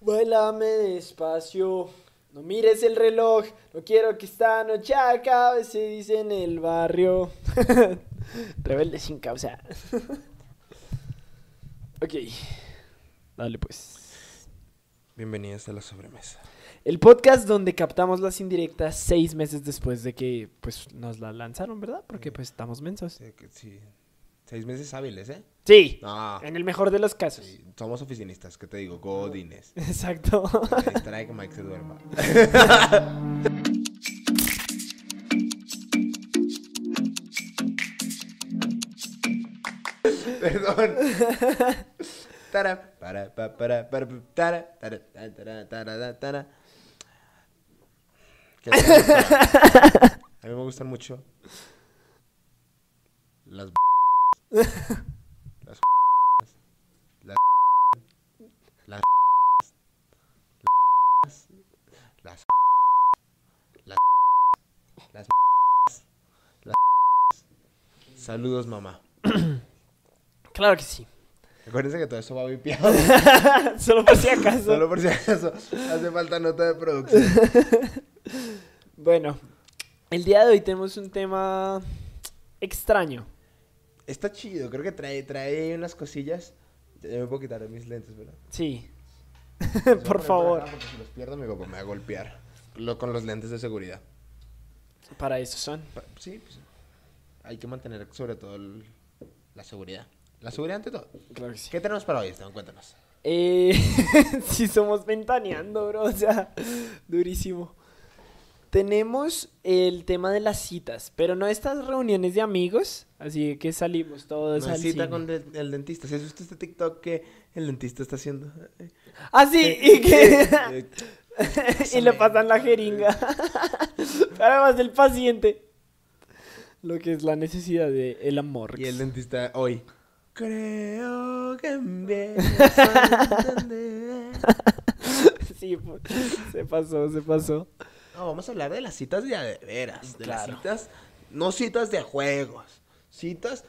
Bailame despacio. No mires el reloj. No quiero que esta noche acabe, se dice en el barrio. Rebelde sin causa. ok. Dale pues. Bienvenidos a la sobremesa. El podcast donde captamos las indirectas seis meses después de que pues nos la lanzaron, ¿verdad? Porque pues estamos mensos. Sí, que- sí. Seis meses hábiles, ¿eh? Sí. No. En el mejor de los casos. Sí, Somos oficinistas, ¿qué te digo? Godines. Exacto. Me distrae que Mike se duerma. Perdón. Tara, para, pa, para, para, pu, tara, tara, ta, tara, tara, ta, tara. ¿Qué te gusta? A mí me gustan mucho las las las las las las las las saludos mamá claro que sí. acuérdense que todo esto va vipiado Solo por si acaso. solo por si acaso hace falta nota de producción Bueno, el día de hoy tenemos un tema extraño. está chido creo que trae trae unas cosillas ya ya me puedo quitar mis lentes verdad Sí. Los voy a Por poner favor. acá porque si los pierdo mi papá me va a golpear Lo- con los lentes de seguridad Para eso son. Pa- sí pues, hay que mantener sobre todo el- la seguridad la seguridad ante todo Claro que sí. qué tenemos para hoy Esteban cuéntanos Eh, sí somos ventaneando, bro. O sea, durísimo. Tenemos el tema de las citas, pero no estas reuniones de amigos, así que salimos todos Una al cita cine. con el, el dentista. ¿Si has visto este TikTok que el dentista está haciendo? Ah, Eh, sí, y que... y le pasan la jeringa. Además del paciente. Lo que es la necesidad de el amor. Y el dentista hoy. Creo que empiezo a entender. Sí, pues, se pasó, se pasó. No, vamos a hablar de las citas de a de veras. De Claro. las citas, no citas de juegos. Citas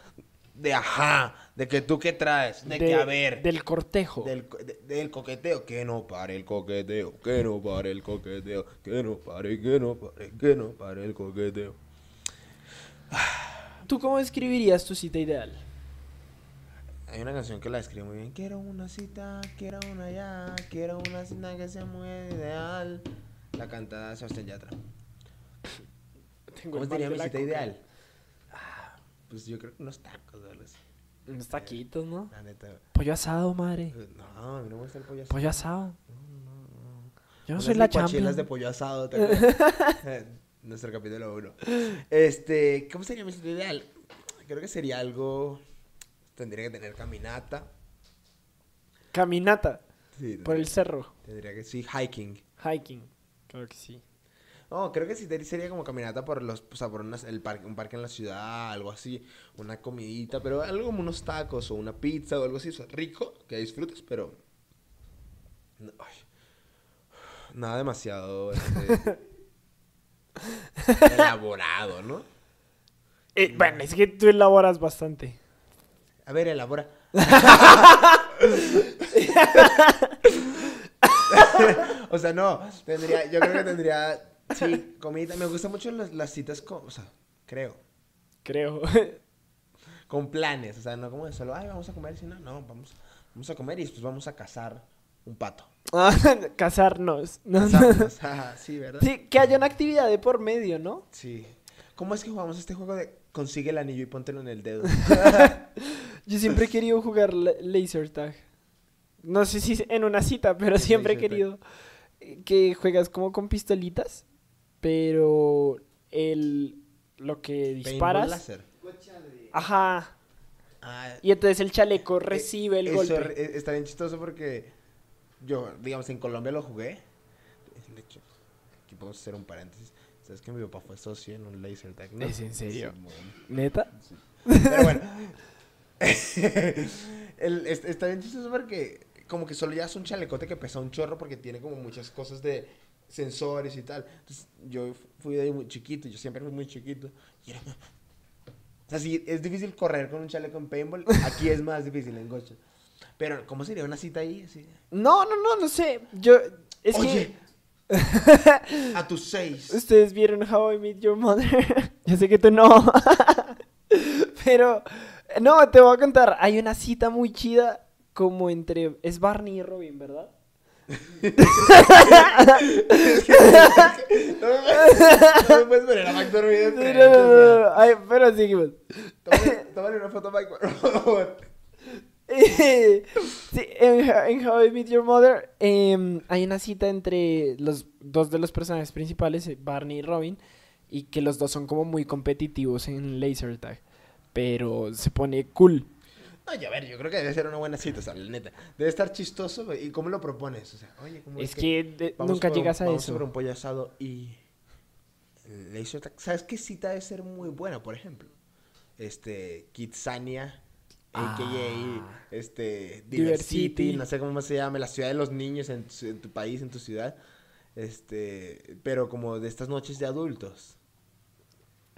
de ajá, de que tú qué traes, de, que a ver. Del cortejo. Del, co- de- del coqueteo, que no pare el coqueteo, que no pare el coqueteo, que no pare, que no pare, que no pare el coqueteo. ¿Tú cómo escribirías tu cita ideal? Hay una canción que la escribe muy bien. Quiero una cita, quiero una ya, quiero una cita que sea muy ideal. La cantada Sebastián Yatra. Tengo ¿Cómo el sería mal de mi la cita coca. ideal? Ah, pues yo creo que unos tacos, o algo así. Unos taquitos, ¿no? La neta. Pollo asado, madre. No, a mí no me gusta el pollo asado. Pollo asado. Pues Yo no Unas soy la licuachelas champion. de pollo asado, ¿te acuerdas? Nuestro capítulo 1. Este, ¿cómo sería mi cita ideal? Creo que sería algo. Tendría que tener caminata. Caminata Sí, por el cerro. Tendría que, sí, hiking. Hiking. Claro que sí. No, creo que sí te- sería como caminata por los, o sea, por unas- el parque, un parque en la ciudad, algo así, una comidita, pero algo como unos tacos o una pizza o algo así, o sea, rico, que disfrutes, pero no, ay, nada demasiado este, elaborado, ¿no? Eh, Mm. bueno, es que tú elaboras bastante. A ver, elabora. o sea, no, tendría, yo creo que tendría, sí, comida, me gustan mucho las, las citas, con, o sea, creo. Creo. con planes, o sea, no como de solo, ay, vamos a comer, sino, no, vamos, vamos a comer y después vamos a cazar un pato. Ah, Casarnos. No, no. Cazarnos, ajá, sí, ¿verdad? Sí. Sí, que haya una actividad de por medio, ¿no? ¿Cómo es que jugamos este juego de consigue el anillo y póntelo en el dedo? Yo siempre he querido jugar la- laser tag. No sé si en una cita, pero ¿Qué es siempre he laser tag? querido eh, que juegas como con pistolitas, pero el lo que Paintball disparas, láser. ajá, Ah, y entonces el chaleco recibe el eso golpe. re- eh, está bien chistoso porque yo, digamos, en Colombia lo jugué. De hecho, aquí podemos hacer un paréntesis. ¿Sabes que mi papá fue socio en un laser tag? ¿no? ¿Es en serio? Sí, bueno. Neta. Pero bueno. El- es- está bien chistoso porque como que solo llevas un chalecote que pesa un chorro porque tiene como muchas cosas de sensores y tal. Entonces, yo fui de ahí muy chiquito, yo siempre fui muy chiquito. Y era- O sea, sí, es difícil correr con un chaleco en paintball. Aquí es más difícil en gocha. Pero, ¿cómo sería una cita ahí? Así, No, no, no, no sé. Yo. Es Oye, que. a tus seis. Ustedes vieron How I Meet Your Mother. Yo sé que tú no. Pero. No, te voy a contar. Hay una cita muy chida como entre. Es Barney y Robin, ¿verdad? No me puedes- no me puedes poner a Mac dormido Sí, enfrente, no, no, no, o no. Ay, pero seguimos. sea, tómale- Tómale una foto a Mac, por favor. sí, en, Ho- en How I Meet Your Mother em, hay una cita entre los dos de los personajes principales, eh, Barney y Robin, y que los dos son como muy competitivos en laser tag, pero se pone cool. No, y a ver, yo creo que debe ser una buena cita, o sea, la neta. Debe estar chistoso, güey. ¿Y cómo lo propones? O sea, oye, ¿cómo Es que de- vamos nunca por- llegas a vamos sobre eso. un pollo asado y... le hizo ta- ¿Sabes qué cita debe ser muy buena, por ejemplo? Este, Kidsania, a.k.a. Ah. este, Diversity, Diversity. no sé cómo se llama, la ciudad de los niños en, su- en tu país, en tu ciudad. Este, pero como de estas noches de adultos.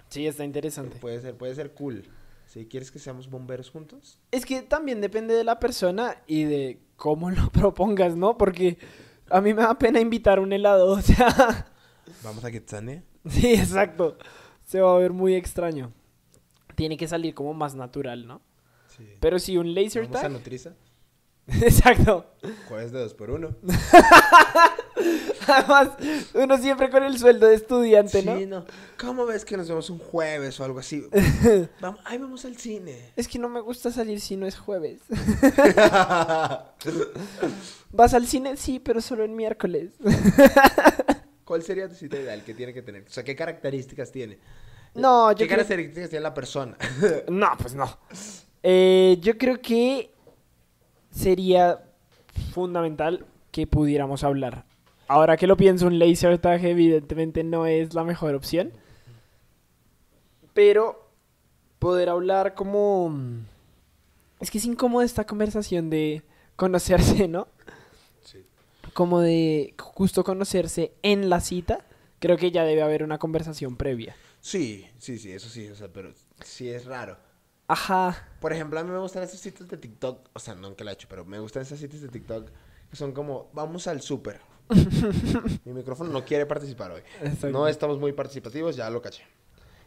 Sí, está interesante. Puede ser, puede ser cool. Si quieres que seamos bomberos juntos. Es que también depende de la persona y de cómo lo propongas, ¿no? Porque a mí me da pena invitar un helado, o sea... Vamos a Kidsania. Sí, exacto. Se va a ver muy extraño. Tiene que salir como más natural, ¿no? Sí. Pero si un laser Vamos a tag. Nutriza. Exacto. Jueves de dos por uno. Además, uno siempre con el sueldo de estudiante, Sí, ¿no? no. ¿Cómo ves que nos vemos un jueves o algo así? vamos, ahí vamos al cine. Es que no me gusta salir si no es jueves. ¿Cuál ¿Vas al cine? Sí, pero solo en miércoles. sería tu cita ideal que tiene que tener? O sea, ¿qué características tiene? No, yo ¿Qué creo... características tiene la persona? No, pues no. Eh, yo creo que sería fundamental que pudiéramos hablar. Ahora que lo pienso, un laser tag evidentemente no es la mejor opción. Pero poder hablar como... Es que es incómoda esta conversación de conocerse, ¿no? Sí. Como de justo conocerse en la cita. Creo que ya debe haber una conversación previa. sí, sí, sí, eso sí, o sea, pero sí es raro. Ajá. Por ejemplo, a mí me gustan esos sitios de TikTok, o sea, nunca lo he hecho, pero me gustan esos sitios de TikTok que son como, vamos al súper. Mi micrófono no quiere participar hoy. Está No bien. estamos muy participativos, ya lo caché.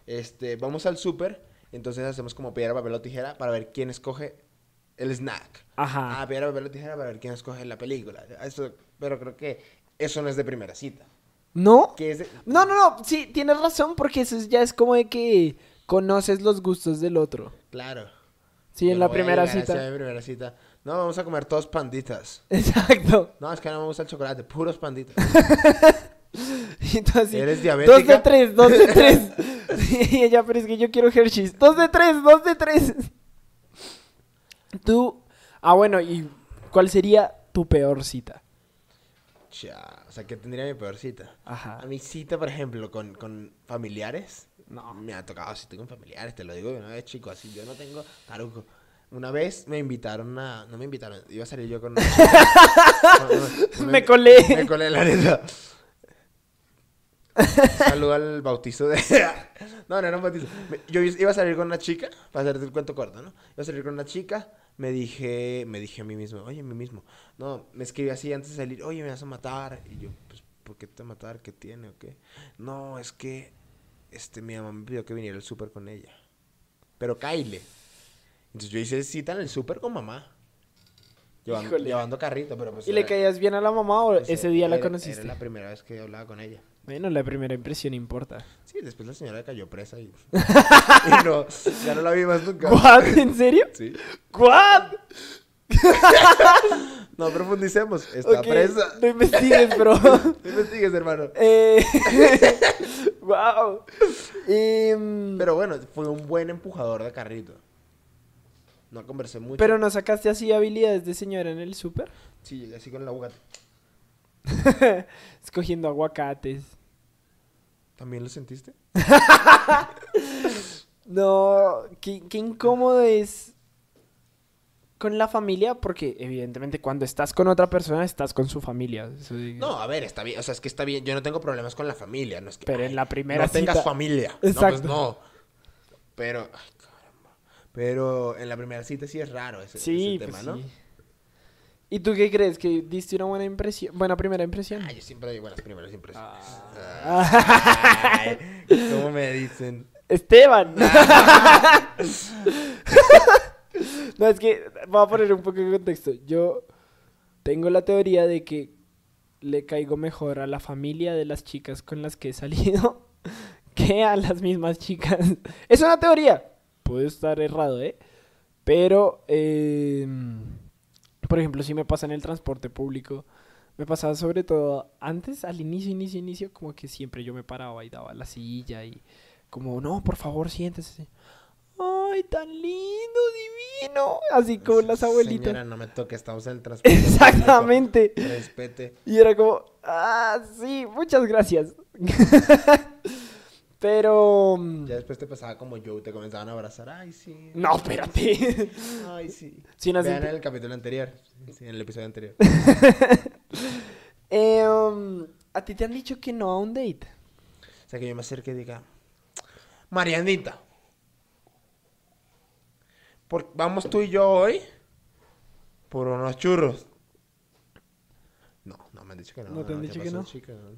Este, vamos al súper, entonces hacemos como piedra, papel o tijera para ver quién escoge el snack. Ajá. Ah, piedra, papel o tijera para ver quién escoge la película. Eso, pero creo que eso no es de primera cita. ¿No? Que es de- No, no, no, sí, tienes razón porque eso es- ya es como de que conoces los gustos del otro. Claro. Sí, Yo en no la voy a primera llegar así a cita. mi primera cita. No, vamos a comer todos panditas. Exacto. No, es que no me gusta el chocolate, puros panditas. Y tú así, ¿Eres Dos de diabética? tres, dos de tres. Sí, y ella, pero es que yo quiero Hershey's. Dos de tres, dos de tres. Tú, ah, bueno, ¿y cuál sería tu peor cita? Cha, o sea, ¿qué tendría mi peor cita? A Ajá. mi cita, por ejemplo, con, con familiares. No. Me ha tocado cita con familiares, te lo digo de una vez, chico. Así yo no tengo taruco. Una vez me invitaron a. No me invitaron, iba a salir yo con. una chica. No, no, no, Me colé. Me colé, la neta. Saludo al bautizo de. No, no era un bautizo. Me- Yo iba a salir con una chica, para hacerte el cuento corto, ¿no? Iba a salir con una chica, me dije, me dije a mí mismo, oye, a mí mismo. No, me escribí así antes de salir, oye, me vas a matar. Y yo, pues, ¿por qué te va a matar? ¿Qué tiene o qué? No, es que, este, mi mamá me pidió que viniera al súper con ella. Pero caile. Entonces yo hice cita en el súper con mamá. Llevando, Híjole. llevando carrito, pero pues ¿Y le era- caías bien a la mamá o o sea, ese día la era- conociste? Era la primera vez que hablaba con ella. Bueno, la primera impresión importa. Sí, después la señora cayó presa y, pues, y no, ya no la vi más nunca. ¿What? ¿En serio? Sí. ¿What? No profundicemos, está Ok, presa. No investigues, bro. No investigues, hermano. Eh, wow. Em, pero, Pero bueno, fue un buen empujador de carrito. No conversé mucho. no sacaste así habilidades de señora en el súper. Sí, llegué así con la aguacate. Escogiendo aguacates. ¿También lo sentiste? No, qué, qué incómodo es con la familia, porque evidentemente cuando estás con otra persona estás con su familia. eso digo. No, a ver, está bien. O sea, es que está bien. Yo no tengo problemas con la familia. No es que, Pero en ay, la primera no tengas cita- familia. No, Exacto. pues no. Pero, ay, caramba. Pero en la primera cita sí es raro ese, Sí, ese tema, pues ¿no? sí. ¿Y tú qué crees? ¿Que diste una buena impresión? Buena primera impresión. Ah, yo siempre digo las primeras impresiones. Ah. Ay, ¿Cómo me dicen? Esteban. no, es que voy a poner un poco de contexto. Yo tengo la teoría de que le caigo mejor a la familia de las chicas con las que he salido que a las mismas chicas. Es una teoría. Puedo estar errado, ¿eh? Pero, eh, por ejemplo, si me pasa en el transporte público, me pasaba sobre todo antes, al inicio, inicio, inicio, como que siempre yo me paraba y daba la silla y como, no, por favor, siéntese. Ay, tan lindo, divino. Así como las abuelitas. Señora, no me toque, estamos en el transporte. Exactamente. público. Respete. Y era como, ah, sí, muchas gracias. Pero... mm, Ya después te pasaba como yo, te comenzaban a abrazar. Ay, sí. No, espérate. Ay, sí. Sin Vean acento. el capítulo anterior. Sí, en el episodio anterior. Eh, um, a ti te han dicho que no a un date. O sea, que yo me acerque y diga, Marianita, por- vamos tú y yo hoy por unos churros. No, no me han dicho que no. ¿No te han ¿qué dicho que pasó, no? chica? No,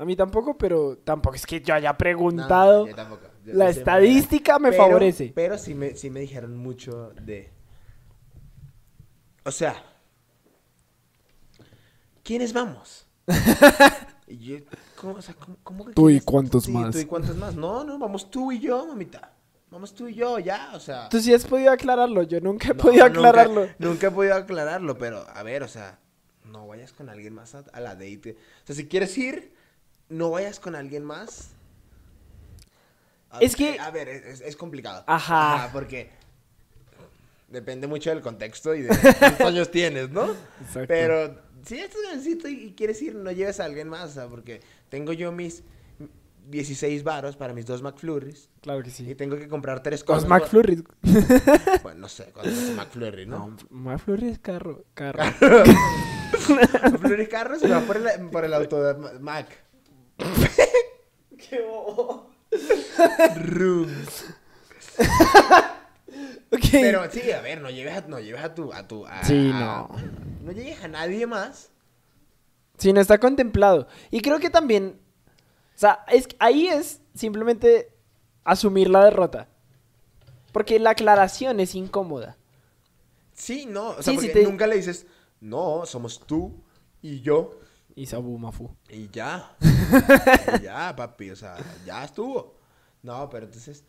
A mí tampoco, pero tampoco es que yo haya no, preguntado. yo tampoco. Yo- la yo siempre era- estadística me Pero- favorece. Pero sí me, sí me dijeron mucho de... O sea, ¿quiénes vamos? Y yo, ¿cómo, o sea, cómo- cómo que Tú y quiénes? cuántos Sí, más. Tú y cuántos más. No, no, vamos tú y yo, mamita. Vamos tú y yo, ya, o sea... Tú sí has podido aclararlo, yo nunca he no, podido nunca- aclararlo. Nunca, he podido aclararlo, pero a ver, o sea, no vayas con alguien más a, a la date. O sea, si quieres ir, no vayas con alguien más. A- Es que- A ver, es, es complicado. Ajá. Porque depende mucho del contexto y de cuántos años tienes, ¿no? Exacto. Pero si ya estás grandecito y, y quieres ir, no lleves a alguien más, o sea, porque tengo yo mis 16 varos para mis dos McFlurries Claro que y sí. tengo que comprar tres cosas. Los por- McFlurry. Bueno, no sé, cuando es McFlurry, ¿no? No, McFlurry es carro. Carro. Flores Carros se va por el, por el auto de Ma- Mac. Qué bobo. Rooms. Ok. Pero sí, a ver, no lleves a, no lleves a tu... A tu a- Sí, a- no. no llegues a nadie más. Sí, no está contemplado. Y creo que también. O sea, es, ahí es simplemente asumir la derrota. Porque la aclaración es incómoda. Sí, no. O sea, Sí, sí porque te- nunca le dices, no, somos tú y yo. Y Sabu Mafu. Y ya. Y ya, papi. O sea, ya estuvo. No, pero entonces...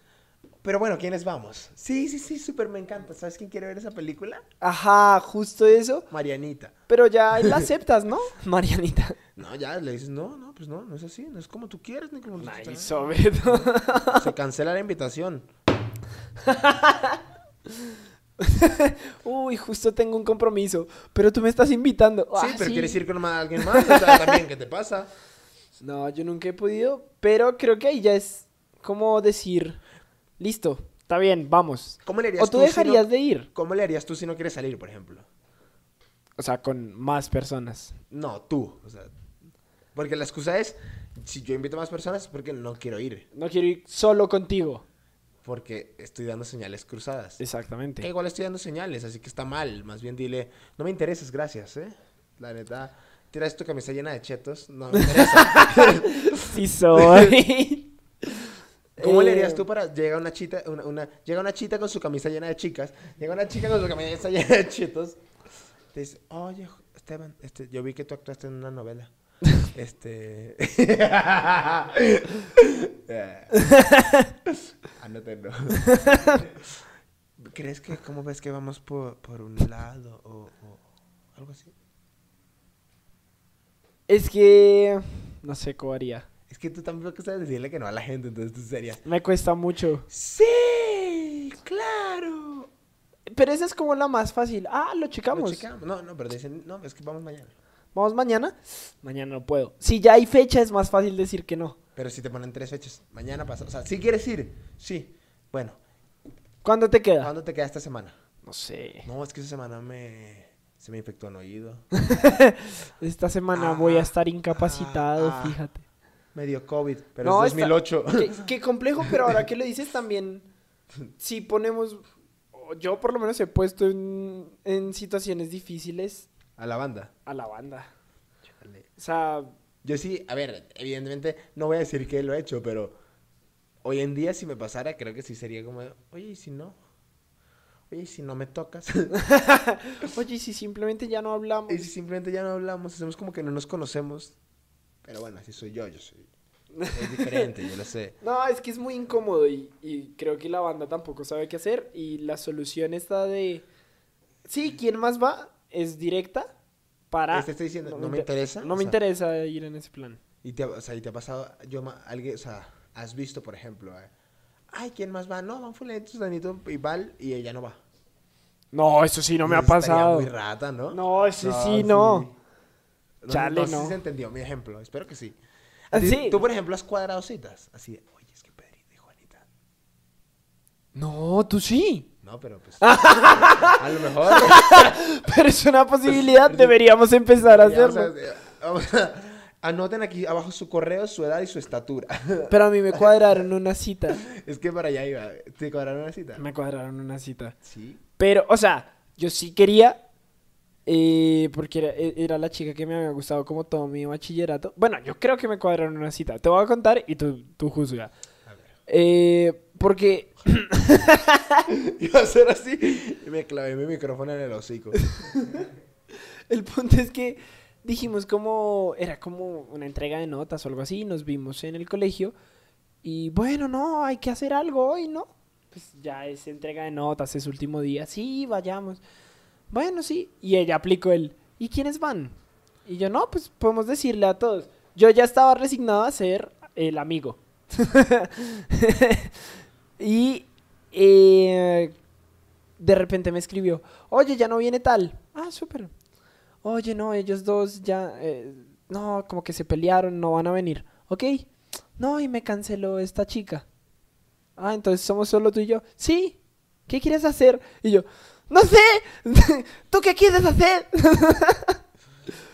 Pero bueno, ¿quiénes vamos? Sí, sí, sí, súper me encanta. ¿Sabes quién quiere ver esa película? Ajá, justo eso. Marianita. Pero ya la aceptas, ¿no? Marianita. No, ya le dices, no, no, pues no, no es así, no es como tú quieres, ni como tú Ay, quieres". Sobeto. Se cancela la invitación. Uy, justo tengo un compromiso. Pero tú me estás invitando. sí, Ah, pero quieres ir con más- alguien más. O sea, también, ¿qué te pasa? No, yo nunca he podido, pero creo que ahí ya es como decir, listo, está bien, vamos. ¿Cómo le harías O tú si no- dejarías de ir. ¿Cómo le harías tú si no quieres salir, por ejemplo? O sea, con más personas. No, tú. O sea, porque la excusa es, si yo invito a más personas es porque no quiero ir. No quiero ir solo contigo. Porque estoy dando señales cruzadas. Que Exactamente. igual estoy dando señales, así que está mal. Más bien dile, no me intereses, gracias, ¿eh? La neta, tiras tu camisa llena de chetos, no me interesa. Sí soy. ¿Cómo le Eh, harías tú para llega una chita, una, una- llega una chita con su camisa llena de chicas, llega una chica con su camisa llena de chitos, te dice, oye Ju- Esteban, este, yo vi que tú actuaste en una novela. Este. Anótenlo. ¿Crees que cómo ves que vamos por, por un lado o, o algo así? Es que... No sé cómo haría. Es que tú tampoco sabes decirle que no a la gente, entonces tú serías. Me cuesta mucho. ¡Sí! ¡Claro! Pero esa es como la más fácil. Ah, lo Lo checamos. checamos. No, no, pero dicen, no, es que vamos mañana. Vamos mañana. Mañana no puedo. Si ya hay fecha es más fácil decir que no. Pero si te ponen tres fechas, mañana pasa. O sea, si quieres ir, sí. Bueno, ¿Cuándo te queda? ¿cuándo te queda esta semana? No sé. No, es que esta semana me... se me infectó un oído. Esta semana Ah, voy a estar incapacitado, ah, ah. fíjate. Me dio COVID, pero No, es esta- 2008. Qué, qué complejo, pero ahora que lo dices también, si ponemos yo por lo menos he puesto en, en situaciones difíciles A la banda. a la banda. O sea, Yo sí, a ver, evidentemente no voy a decir que lo he hecho, pero hoy en día si me pasara, creo que sí sería como, oye, ¿y si no? Oye, ¿y si no me tocas? oye, ¿y si simplemente ya no hablamos. y si simplemente ya no hablamos, hacemos como que no nos conocemos. Pero bueno, así soy yo, yo soy... Es diferente, yo lo sé. No, es que es muy incómodo y, y creo que la banda tampoco sabe qué hacer y la solución está de... Sí, ¿quién más va? Es directa para... Este está diciendo, no me interesa, No o me sea- interesa ir en ese plan. Y te, ha- o sea, y te ha pasado, yo, ma- alguien, o sea, has visto, por ejemplo, eh, ay, ¿quién más va? No, van fulanito, sutanito, y Val, y ella no va. No, eso sí no me Y ha estaría pasado. muy rata, ¿no? No, ese sí, no. No, Chale, no. sé si no. se entendió mi ejemplo, espero que sí. Ah, A ti- sí. Tú, por ejemplo, has cuadrado citas, así de, oye, es que Pedrito y Juanita. No, tú sí. No, pero pues, a lo mejor. a Pero es una posibilidad, deberíamos empezar a hacerlo. anoten aquí abajo su correo, su edad y su estatura. Pero a mí me cuadraron una cita. es que para allá iba, ¿te cuadraron una cita? Me cuadraron una cita. Sí. Pero, o sea, yo sí quería, eh, porque era, e- era la chica que me había gustado como todo mi bachillerato. Bueno, yo creo que me cuadraron una cita. Te voy a contar y tú, tú juzga. A ver. Eh, porque Iba a ser así y me clavé mi micrófono en el hocico. el punto es que dijimos como, era como una entrega de notas o algo así, nos vimos en el colegio y bueno, no, hay que hacer algo hoy, ¿no? Pues ya es entrega de notas, es último día, sí, vayamos. Bueno, sí, y ella aplicó el, ¿y quiénes van? Y yo, no, pues podemos decirle a todos. Yo ya estaba resignado a ser el amigo. y eh, de repente me escribió, oye, ya no viene tal. Ah, súper. Oye, no, ellos dos ya, eh, no, como que se pelearon, no van a venir. Ok, no, y me canceló esta chica. Ah, entonces somos solo tú y yo. Sí, ¿qué quieres hacer? Y yo, no sé, ¿tú qué quieres hacer?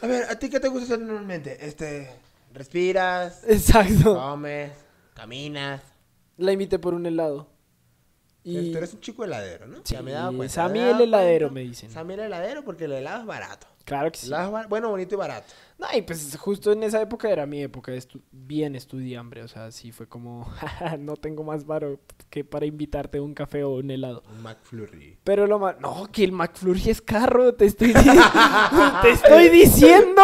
A ver, ¿a ti qué te gusta hacer normalmente? Este, respiras, Exacto. Ah. comes, caminas. La invité por un helado. Y Tú eres un chico heladero, ¿no? Sí, he dado cuenta, Sammy me he dado el heladero, cuenta. me dicen. Sammy el heladero porque el helado es barato. claro que sí. Helado es bar- Bueno, bonito y barato. No, y pues justo en esa época era mi época de estu- bien estudiambre, o sea, sí fue como, "Ja, ja, no tengo más varo que para invitarte a un café o un helado. Un McFlurry. Pero lo más, no, que el McFlurry es carro, te estoy, di- te estoy diciendo.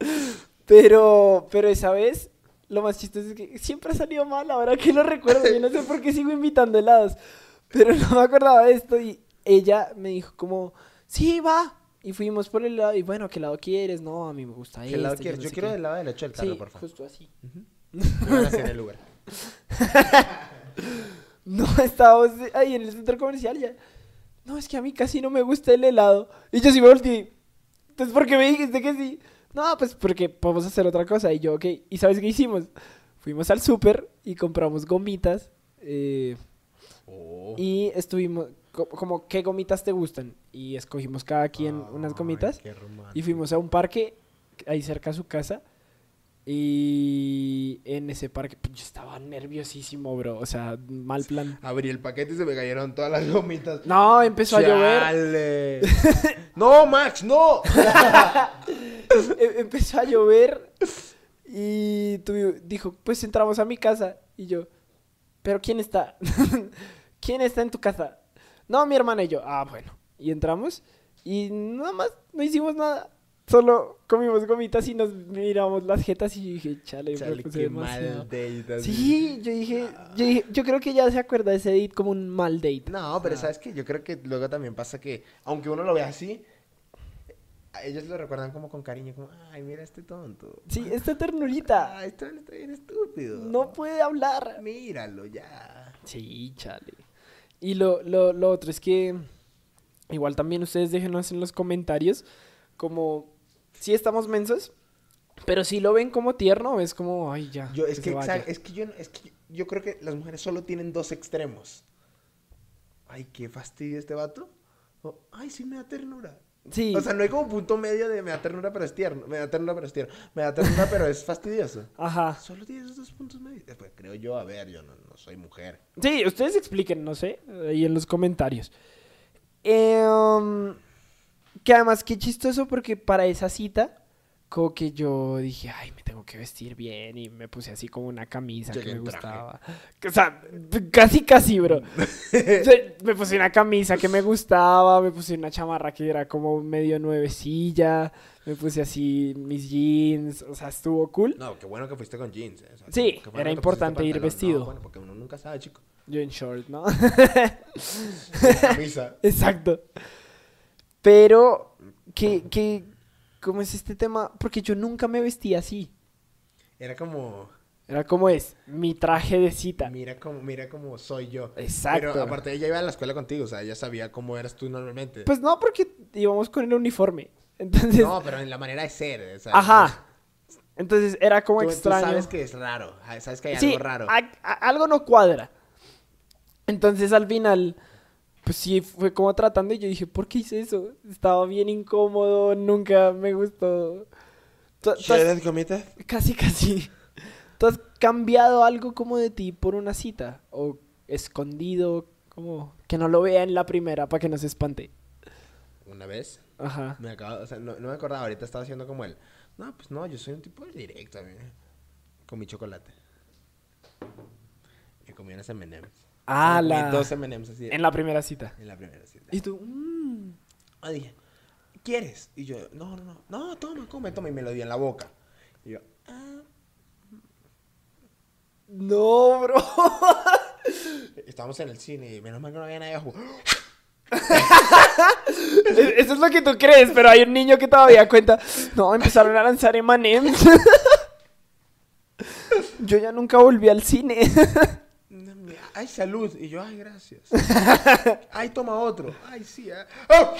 pero, pero esa vez, lo más chistoso es que siempre ha salido mal, ahora que lo recuerdo, yo no sé por qué sigo invitando helados, pero no me acordaba de esto y ella me dijo como, sí, va. Y fuimos por el helado y bueno, ¿qué helado quieres? No, a mí me gusta ¿Qué helado este, quieres? no Yo sé quiero qué". del lado derecho del carro, Sí, por favor. justo así. Me van a hacer el lugar. No, estábamos ahí en el centro comercial ya. No, es que a mí casi no me gusta el helado. Y yo sí me volteé. Entonces, ¿por qué me dijiste que sí? No, pues porque podemos hacer otra cosa. Y yo, ok. ¿Y sabes qué hicimos? Fuimos al súper y compramos gomitas. eh, Oh. y estuvimos, co- como, ¿qué gomitas te gustan? Y escogimos cada quien unas Ay, gomitas. qué romántico. Y fuimos a un parque ahí cerca a su casa. Y en ese parque pues, yo estaba nerviosísimo, bro. O sea, mal plan. Abrí el paquete y se me cayeron todas las gomitas. No, empezó a llover. Chale. ¡No, Max, no! Em- empezó a llover. Y tuvi- dijo, pues entramos a mi casa. Y yo, ¿pero quién está? ¿Quién está en tu casa? No, mi hermana y yo. Ah, bueno. Y entramos. Y nada más, no hicimos nada. Solo comimos gomitas y nos miramos las jetas. Y dije, chale, me Chale, puse qué demasiado". mal date. así. Sí, yo dije, yo dije- yo creo que ya se acuerda de ese date como un mal date. No, pero ¿sabes que Yo creo que luego también pasa que, aunque uno lo vea así, a ellos lo recuerdan como con cariño, como, ay, mira este tonto. Sí, esta ternurita Ay, este hombre está bien estúpido. no pues, puede hablar. Míralo ya. Sí, chale. Y lo, lo, lo otro es que igual también ustedes déjenos en los comentarios como si estamos mensos, pero si lo ven como tierno, es como, ay, ya. Yo, es, que, se vaya". exact- es que yo, no- es que yo creo que las mujeres solo tienen dos extremos. Ay, qué fastidio este vato. O, ay, sí me da ternura. Sí. O sea, no hay como punto medio de me da ternura pero es tierno, me da ternura pero es tierno, me da ternura pero es fastidioso. Ajá. Solo tienes esos dos puntos medios. Eh, Pues creo yo, a ver, yo no, no soy mujer. Sí, ustedes expliquen, no sé, ahí en los comentarios. Eh, um, que además, qué chistoso porque para esa cita, como que yo dije, ay, me tengo que vestir bien y me puse así como una camisa Llegué que me en traje. gustaba. O sea, casi, casi, bro. O sea, me puse una camisa que me gustaba, me puse una chamarra que era como medio nuevecilla, me puse así mis jeans, o sea, estuvo cool. No, qué bueno que fuiste con jeans. eh, o sea, Sí, qué bueno era que pusiste importante ir pantalón. No, vestido. bueno, porque uno nunca sabe, chico. Yo en short, ¿no? Camisa. Exacto. Pero, ¿qué, qué, ¿cómo es este tema? Porque yo nunca me vestía así. Era como, Era como es, mi traje de cita. mira como, mira como soy yo. Exacto. Pero aparte ella iba a la escuela contigo, o sea, ella sabía cómo eras tú normalmente. Pues no, porque íbamos con el uniforme. Entonces, no, pero en la manera de ser, o sea, ajá. Entonces era como Tú, tú extraño. sabes que es raro, ah, sabes que hay Sí, algo raro. a- a- algo no cuadra. Entonces al final, pues sí, fue como tratando y yo dije, ¿por qué hice eso? Estaba bien incómodo, nunca me gustó. Tú- tú has- comité? Casi, casi. ¿Tú has cambiado algo como de ti por una cita? ¿O escondido? Como que no lo vea en la primera para que no se espante. Una vez, Ajá. me acabo, o sea, no, no me acordaba, ahorita estaba haciendo como él. No, pues no, yo soy un tipo directo, a mí, con mi chocolate. Me comí unas M&M's. Ah, Me comí la... Dos M&M's así, En la primera cita. en la primera cita. Y tú... mm, Ah, dije, ¿quieres? Y yo, no, no, no, no, toma, come, toma, y me lo dio en la boca. Y yo, ah. No, bro. Estábamos en el cine y menos mal que no había nadie abajo. E- Eso es lo que tú crees, pero hay un niño que todavía cuenta. No, empezaron a lanzar Emanems. Yo ya nunca volví al cine. Ay, salud. Y yo, ay, gracias. Ay, toma otro. Ay, sí. ah. ¡Ah!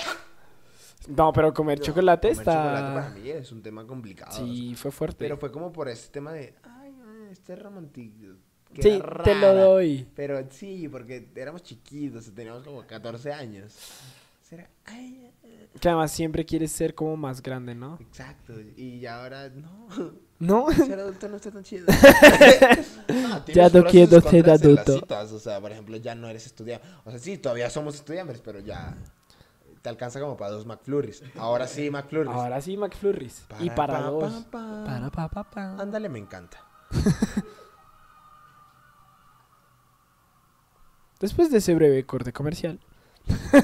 No, pero comer No, chocolate comer está... chocolate para mí es un tema complicado. Sí, fue fuerte. Pero fue como por ese tema de, ay, ay, este romántico. que Sí, era te lo rara". doy. Pero sí, porque éramos chiquitos, teníamos como 14 años. Será, ay, ay, Que además siempre quieres ser como más grande, ¿no? exacto. Y ahora, no. ¿No? Ser adulto no está tan chido. No, tiene Ya sus no pros quiero y sus ser contras en las adulto. citas, O sea, por ejemplo, ya no eres estudiante. O sea, sí, todavía somos estudiantes, pero ya te alcanza como para dos McFlurries. Ahora sí, McFlurries. Ahora sí, McFlurries. Para, y para pa, dos. pa, pa. Para pa, pa, pa. Ándale, me encanta. Después de ese breve corte comercial.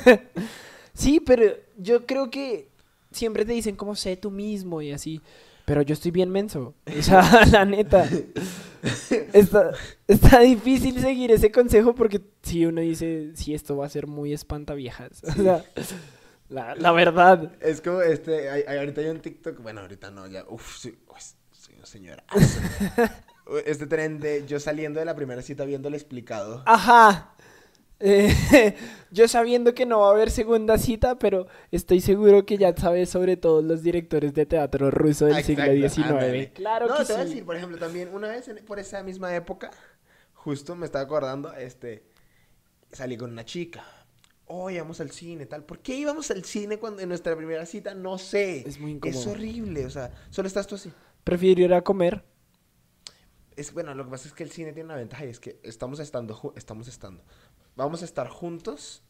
sí, pero yo creo que siempre te dicen como sé tú mismo y así. Pero yo estoy bien menso. O sea, la neta. Está, está difícil seguir ese consejo porque si uno dice, si esto va a ser muy espantaviejas. O sea, la, la verdad. Es como este, hay- hay- ahorita hay un TikTok, bueno, ahorita no, ya, uff, soy, pues, soy una señora. Este tren de yo saliendo de la primera cita viéndole explicado. Ajá. Eh, yo sabiendo que no va a haber segunda cita, pero estoy seguro que ya sabes sobre todos los directores de teatro ruso del siglo Ah, Exacto, XIX. ándale. Claro no, que te voy a sí. decir, por ejemplo, también una vez en- por esa misma época, justo me estaba acordando, este, salí con una chica. Hoy vamos al cine, tal. ¿Por qué íbamos al cine cuando en nuestra primera cita? No sé. Es muy incómodo. Es horrible, o sea, solo estás tú así. Prefiero ir a comer. Es, bueno, lo que pasa es que el cine tiene una ventaja y es que estamos estando, ju- estamos estando. Vamos a estar juntos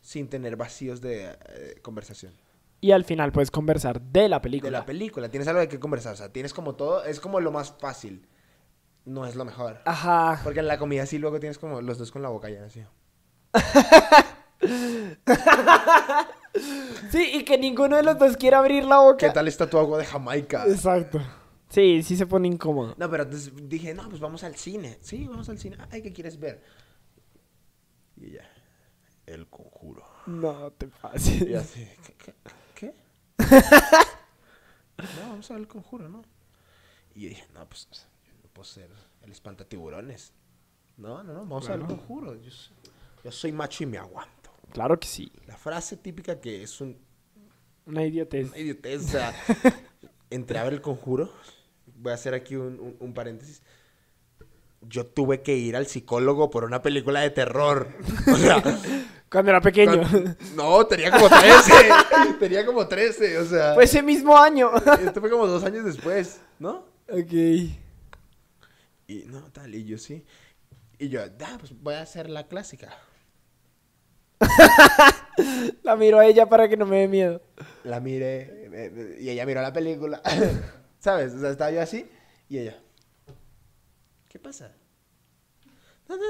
sin tener vacíos de eh, conversación. Y al final puedes conversar de la película. de la película. Tienes algo de qué conversar. O sea, tienes como todo. Es como lo más fácil. No es lo mejor. Ajá. Porque en la comida sí luego tienes como los dos con la boca llena así. Sí, y que ninguno de los dos quiera abrir la boca. ¿Qué tal está tu agua de Jamaica? Exacto. Sí, sí se pone incómodo. No, pero entonces dije, no, pues vamos al cine. Sí, vamos al cine. Ay, ¿qué quieres ver? Y ya. El conjuro. No te Y pases. así, ¿qué? qué, qué? no, vamos a ver el conjuro, ¿no? Y yo dije, no, pues yo no puedo ser el espantatiburones. No, no, no, vamos a ver el Claro. conjuro. Yo, soy- yo soy macho y me aguanto. Claro que sí. La frase típica que es un Una idiotez. Una idiotez, o sea, entré a ver el conjuro. Voy a hacer aquí un, un- un paréntesis. Yo tuve que ir al psicólogo por una película de terror. O sea, Cuando era pequeño. No, tenía como 13. tenía como 13, o sea. Fue ese mismo año. Esto fue como dos años después, ¿no? ok. Y no, tal, y yo sí. Y yo, ah, pues voy a hacer la clásica. La miro a ella para que no me dé miedo. La miré eh, eh, y ella miró la película. ¿Sabes? O sea, estaba yo así y ella. ¿Qué pasa? Nada.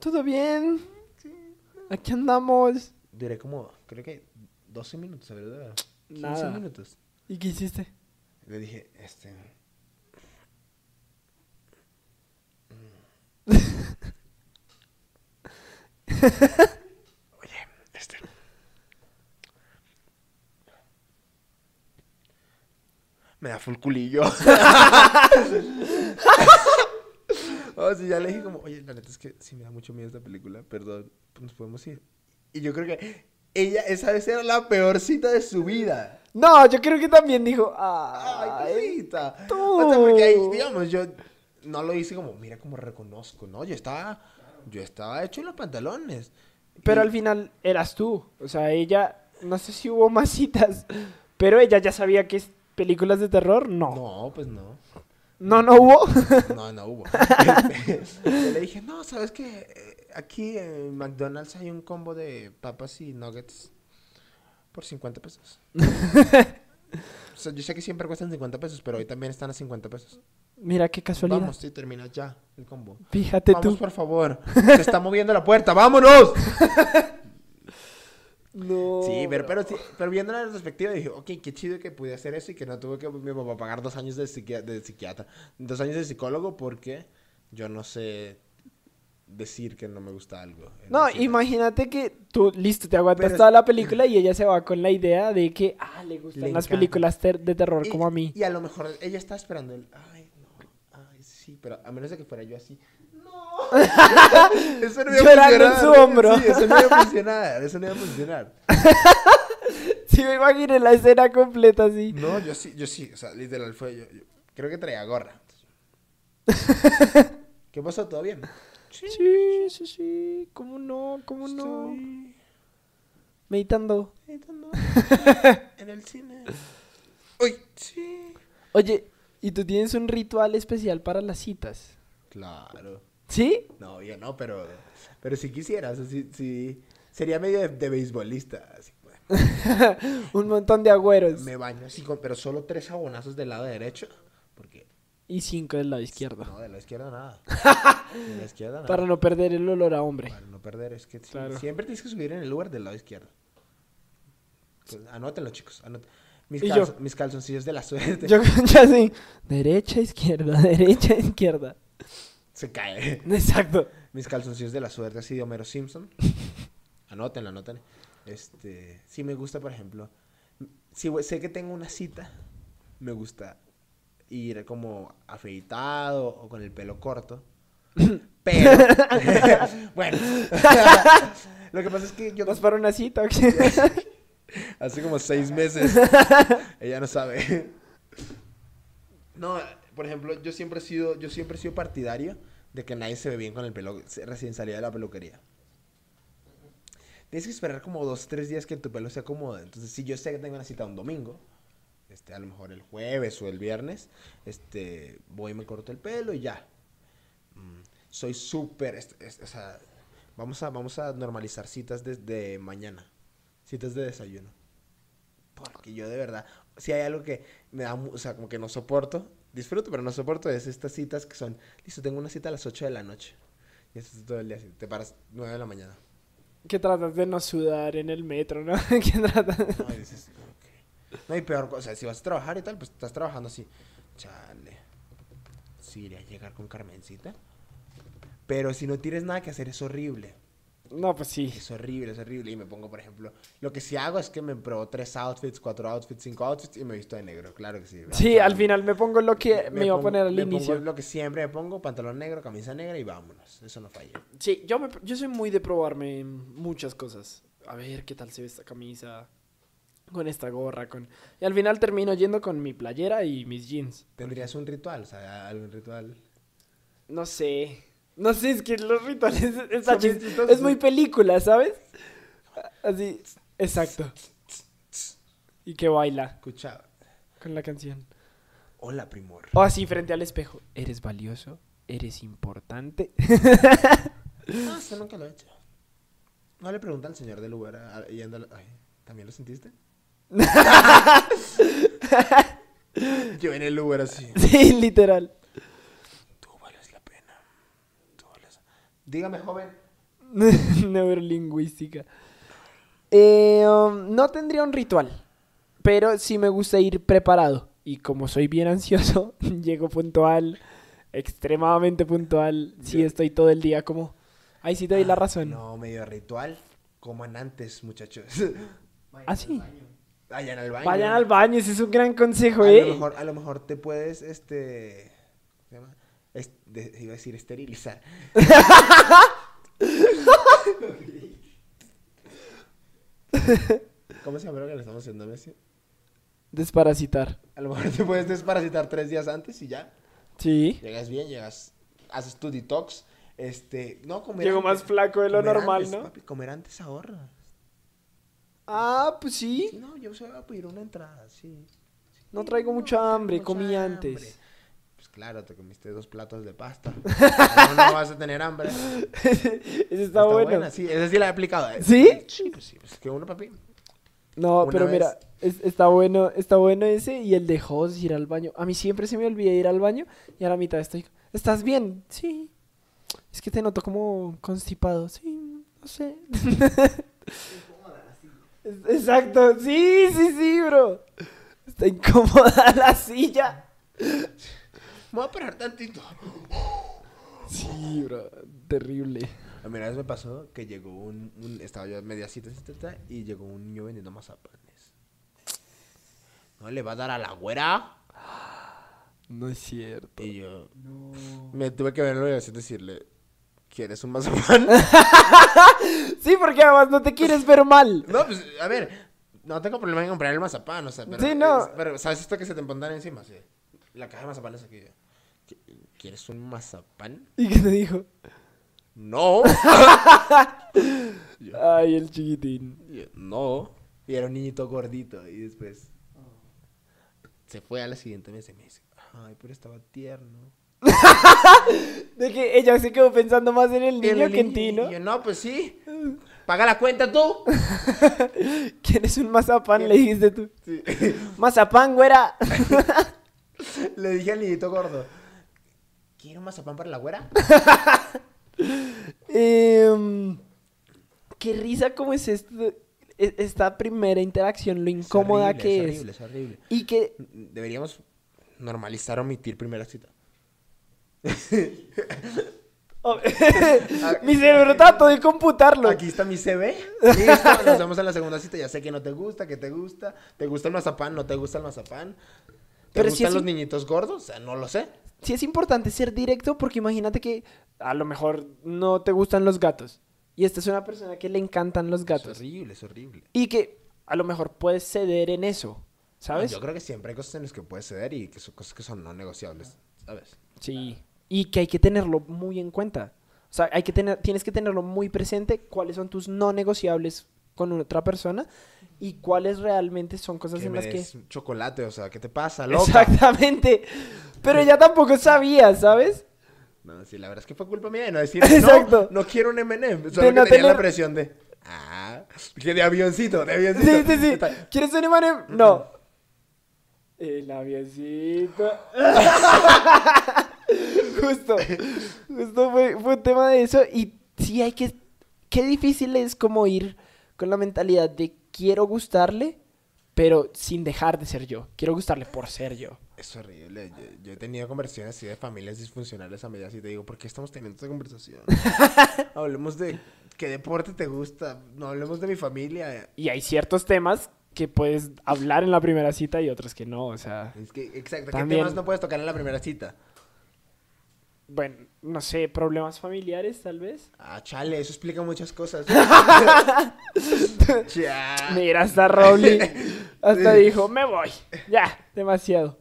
¿Todo bien? Aquí andamos. Duré como, creo que 12 minutos, ¿verdad? 15 Nada. minutos. ¿Y qué hiciste? Le dije, este. mm. Oye, este. Me da full culillo. o sea, Oh, ya le dije como, oye, la neta es que sí me da mucho miedo esta película, perdón, pues nos podemos ir. Y yo creo que ella, esa vez era la peor cita de su vida. No, yo creo que también dijo. Ay, pues Ay, cosita. tú. O sea, porque ahí, digamos, yo no lo hice como, mira cómo reconozco, ¿no? Yo estaba, yo estaba hecho en los pantalones. Pero Y- al final eras tú. O sea, ella. No sé si hubo más citas. Pero ella ya sabía que es películas de terror. No. No, pues no. No, no, hubo. No, no hubo. Este, Yo le dije, no, ¿sabes qué? Eh, Aquí en McDonald's hay un combo de papas y nuggets por 50 pesos. O sea, yo sé que siempre cuestan 50 pesos, pero hoy también están a 50 pesos. Mira qué casualidad. Vamos, sí, termina ya el combo. Fíjate Vamos, tú. por favor. Se está moviendo la puerta. ¡Vámonos! No. Sí, pero, pero, sí, pero viendo la perspectiva dije, ok, qué chido que pude hacer eso y que no tuve que mi papá pagar dos años de, psiquia- de psiquiatra, dos años de psicólogo porque yo no sé decir que no me gusta algo. No, Entonces, imagínate que tú, listo, te aguantas Pero- toda la película y ella se va con la idea de que, ah, le gustan Le las encanta. películas ter- de terror y- como a mí. Y a lo mejor ella está esperando el, ay, no, ay, sí, pero a menos de que fuera yo así. No. eso no iba a Llorando en funcionar. su hombro. Sí, eso no iba a funcionar, eso no iba a funcionar. Sí, me imaginé la escena completa así. No, yo sí, yo sí, o sea, literal fue yo, yo- creo que traía gorra. ¿Qué pasó? ¿Todo bien? Sí, sí, sí, cómo no, cómo no. Estoy Meditando. editando en el cine. Uy, sí. Oye, ¿y tú tienes un ritual especial para las citas? Claro. ¿Sí? No, yo no, pero pero si quisieras, sí, sí sería medio de, de beisbolista, así, bueno. un montón de agüeros. Me baño así con- pero solo tres jabonazos del lado derecho, porque Y cinco del lado izquierdo. no de la izquierda nada. De la izquierda nada. Para no perder el olor a hombre. Para no perder, es que sí, Claro. siempre tienes que subir en el lugar del lado izquierdo. Pues, anótenlo, chicos. anótenlo. Mis, Y yo. calz- mis calzoncillos de la suerte. Yo ya así, derecha, izquierda, derecha, izquierda. Se cae. Exacto. Mis calzoncillos de la suerte, así de Homero Simpson. Anótenlo, anótenlo. Este, si me gusta, por ejemplo, si we- sé que tengo una cita, me gusta ir como afeitado o con el pelo corto. Pero, bueno, lo que pasa es que yo ¿Vas para una cita o qué? Hace como seis meses. Ella no sabe. No, por ejemplo, yo siempre he sido, yo siempre he sido partidario de que nadie se ve bien con el pelo recién salida de la peluquería. Tienes que esperar como dos, tres días que tu pelo se acomode. Entonces, si yo sé que tengo una cita un domingo, este, a lo mejor el jueves o el viernes, este, voy y me corto el pelo y ya. Mm, Soy súper, es- es- o sea, vamos a, vamos a normalizar citas desde mañana. Citas de desayuno. Porque yo de verdad, si hay algo que me da, mu- o sea, como que no soporto, disfruto, pero no soporto, es estas citas que son, listo, tengo una cita a las 8 de la noche. Y eso es todo el día así, te paras 9 de la mañana. que tratas de no sudar en el metro, ¿no? que tratas... No, y dices, "Ok". No, y peor, o sea, si vas a trabajar y tal, pues estás trabajando así. Chale. Sí, iré a llegar con Carmencita. Pero si no tienes nada que hacer, es horrible. No, pues sí. Es horrible, es horrible. Y me pongo, por ejemplo, lo que sí hago es que me pruebo tres outfits, cuatro outfits, cinco outfits y me visto de negro. Claro que sí. ¿verdad? Sí, O sea, al final me pongo lo que me, iba a pongo- poner al me pongo inicio. lo que siempre me pongo, pantalón negro, camisa negra y vámonos. Eso no falla. Sí, yo, me- yo soy muy de probarme muchas cosas. A ver qué tal se ve esta camisa, con esta gorra, con... Y al final termino yendo con mi playera y mis jeans. ¿Tendrías un ritual? O sea, algún ritual. No sé. No sé, es que los rituales es, es Son bien achis- chistosos, es sí. muy película, ¿sabes? Así, exacto. Y que baila Escuchaba. con la canción. Hola, primor. O así frente al espejo. Eres valioso, eres importante. Ah, eso nunca lo he hecho. No le pregunta al señor del Uber a- a- y anda. Ay, ¿también lo sentiste? Yo en el Uber así. sí, literal. Tú vales la pena. Tú vales- Dígame, joven. Neurolingüística. Eh, um, no tendría un ritual, pero sí me gusta ir preparado. Y como soy bien ansioso, llego puntual, extremadamente puntual. Sí, Yo- estoy todo el día como... Ay, sí te doy la Ah, razón. No, medio ritual. Coman antes, muchachos. Ah, sí. Vayan al baño. Vayan al baño, ese es un gran consejo, A ¿eh? lo mejor, a lo mejor te puedes, este... ¿cómo se llama? Es- de- iba a decir esterilizar. ¿Cómo se llama lo que le estamos haciendo a Messi? Desparasitar. A lo mejor te puedes desparasitar tres días antes y ya. Sí. Llegas bien, llegas, haces tu detox. Este, no comer Llego antes. más flaco de lo Comer normal, antes, ¿no? papi, comer antes ahorra. Ah, pues sí. No, yo se voy a pedir una entrada, sí. Sí, No traigo mucha hambre, traigo mucha comí hambre. antes. Pues claro, te comiste dos platos de pasta. no, no vas a tener hambre. ese está, bueno. buena, sí, esa sí la he aplicado. ¿eh? ¿Sí? Sí, pues sí, pues que uno, papi. No, Una pero vez- mira, es- está bueno, está bueno ese y el de Jos ir al baño. A mí siempre se me olvida ir al baño y a la mitad estoy, ¿estás bien? Sí. Es que te noto como constipado. Sí, no sé. Es- Exacto, sí, sí, sí, bro. Está incómoda la silla. Me voy a parar tantito. Sí, bro, terrible. A mí una vez me pasó que llegó un, un- estaba yo a media cita ta, ta, ta, y llegó un niño vendiendo mazapanes. No le va a dar a la güera. No es cierto. Y yo me tuve que verlo y así decirle, ¿quieres un mazapán? Sí, porque además no te quieres ver mal. No, pues, a ver, no tengo problema en comprar el mazapán, o sea, pero... Sí, no. es- pero, ¿sabes esto que se te pondrán encima? Sí. La caja de mazapán es aquí. ¿Qui- ¿Quieres un mazapán? ¿Y qué te dijo? No. Ay, el chiquitín. Y yo, no. Y era un niñito gordito, y después... Se fue a la siguiente mesa y me dice, ay, pero estaba tierno. De que ella se quedó pensando más en el niño El que en ti, ¿no? Y yo, no, pues sí. Paga la cuenta tú. ¿Quién es un mazapán? Le dijiste tú. Sí. Mazapán, güera. Le dije al niñito gordo, ¿quieres un mazapán para la güera? Em, qué risa como es esto, e- esta primera interacción, lo incómoda horrible, que es. horrible, es horrible. Y que Deberíamos normalizar omitir primera cita. oh, mi cerebro trató de computarlo. Aquí está mi CV. Listo, nos vemos en la segunda cita. Ya sé que no te gusta, que te gusta. ¿Te gusta el mazapán? ¿No te gusta el mazapán? ¿Te Pero si gustan es los un- niñitos gordos? O sea, no lo sé. Sí es importante ser directo porque imagínate que a lo mejor no te gustan los gatos. Y esta es una persona que le encantan los Es gatos. horrible, es horrible. Y que a lo mejor puedes ceder en eso, ¿sabes? Yo creo que siempre hay cosas en las que puedes ceder y que son cosas que son no negociables, ¿sabes? Sí. Y que hay que tenerlo muy en cuenta. O sea, hay que tener, tienes que tenerlo muy presente cuáles son tus no negociables con otra persona y cuáles realmente son cosas Que en me las que... des un chocolate, o sea, ¿qué te pasa, loca? Exactamente. Pero ella tampoco sabía, ¿sabes? No, sí, la verdad es que fue culpa mía de no decir, Exacto. no, no quiero un M&M. De Solo que no tenía tener- la presión de, ah, que de avioncito, de avioncito. Sí, sí, sí. Está- ¿Quieres un Emanem? No. El avioncito. Justo. Justo fue, fue un tema de eso. Y sí hay que... Qué difícil es como ir con la mentalidad de quiero gustarle, pero sin dejar de ser yo. Quiero gustarle por ser yo. Es horrible. Yo, yo he tenido conversaciones así de familias disfuncionales a medias y te digo, ¿por qué estamos teniendo esta conversación? hablemos de qué deporte te gusta, no hablemos de mi familia. Y hay ciertos temas que puedes hablar en la primera cita y otros que no. O sea... Es que, exacto, ¿qué También- temas no puedes tocar en la primera cita? Bueno, no sé, problemas familiares tal vez. Ah, chale, eso explica muchas cosas. Ya. Mira, hasta Robley hasta Sí. dijo, me voy. Ya, demasiado.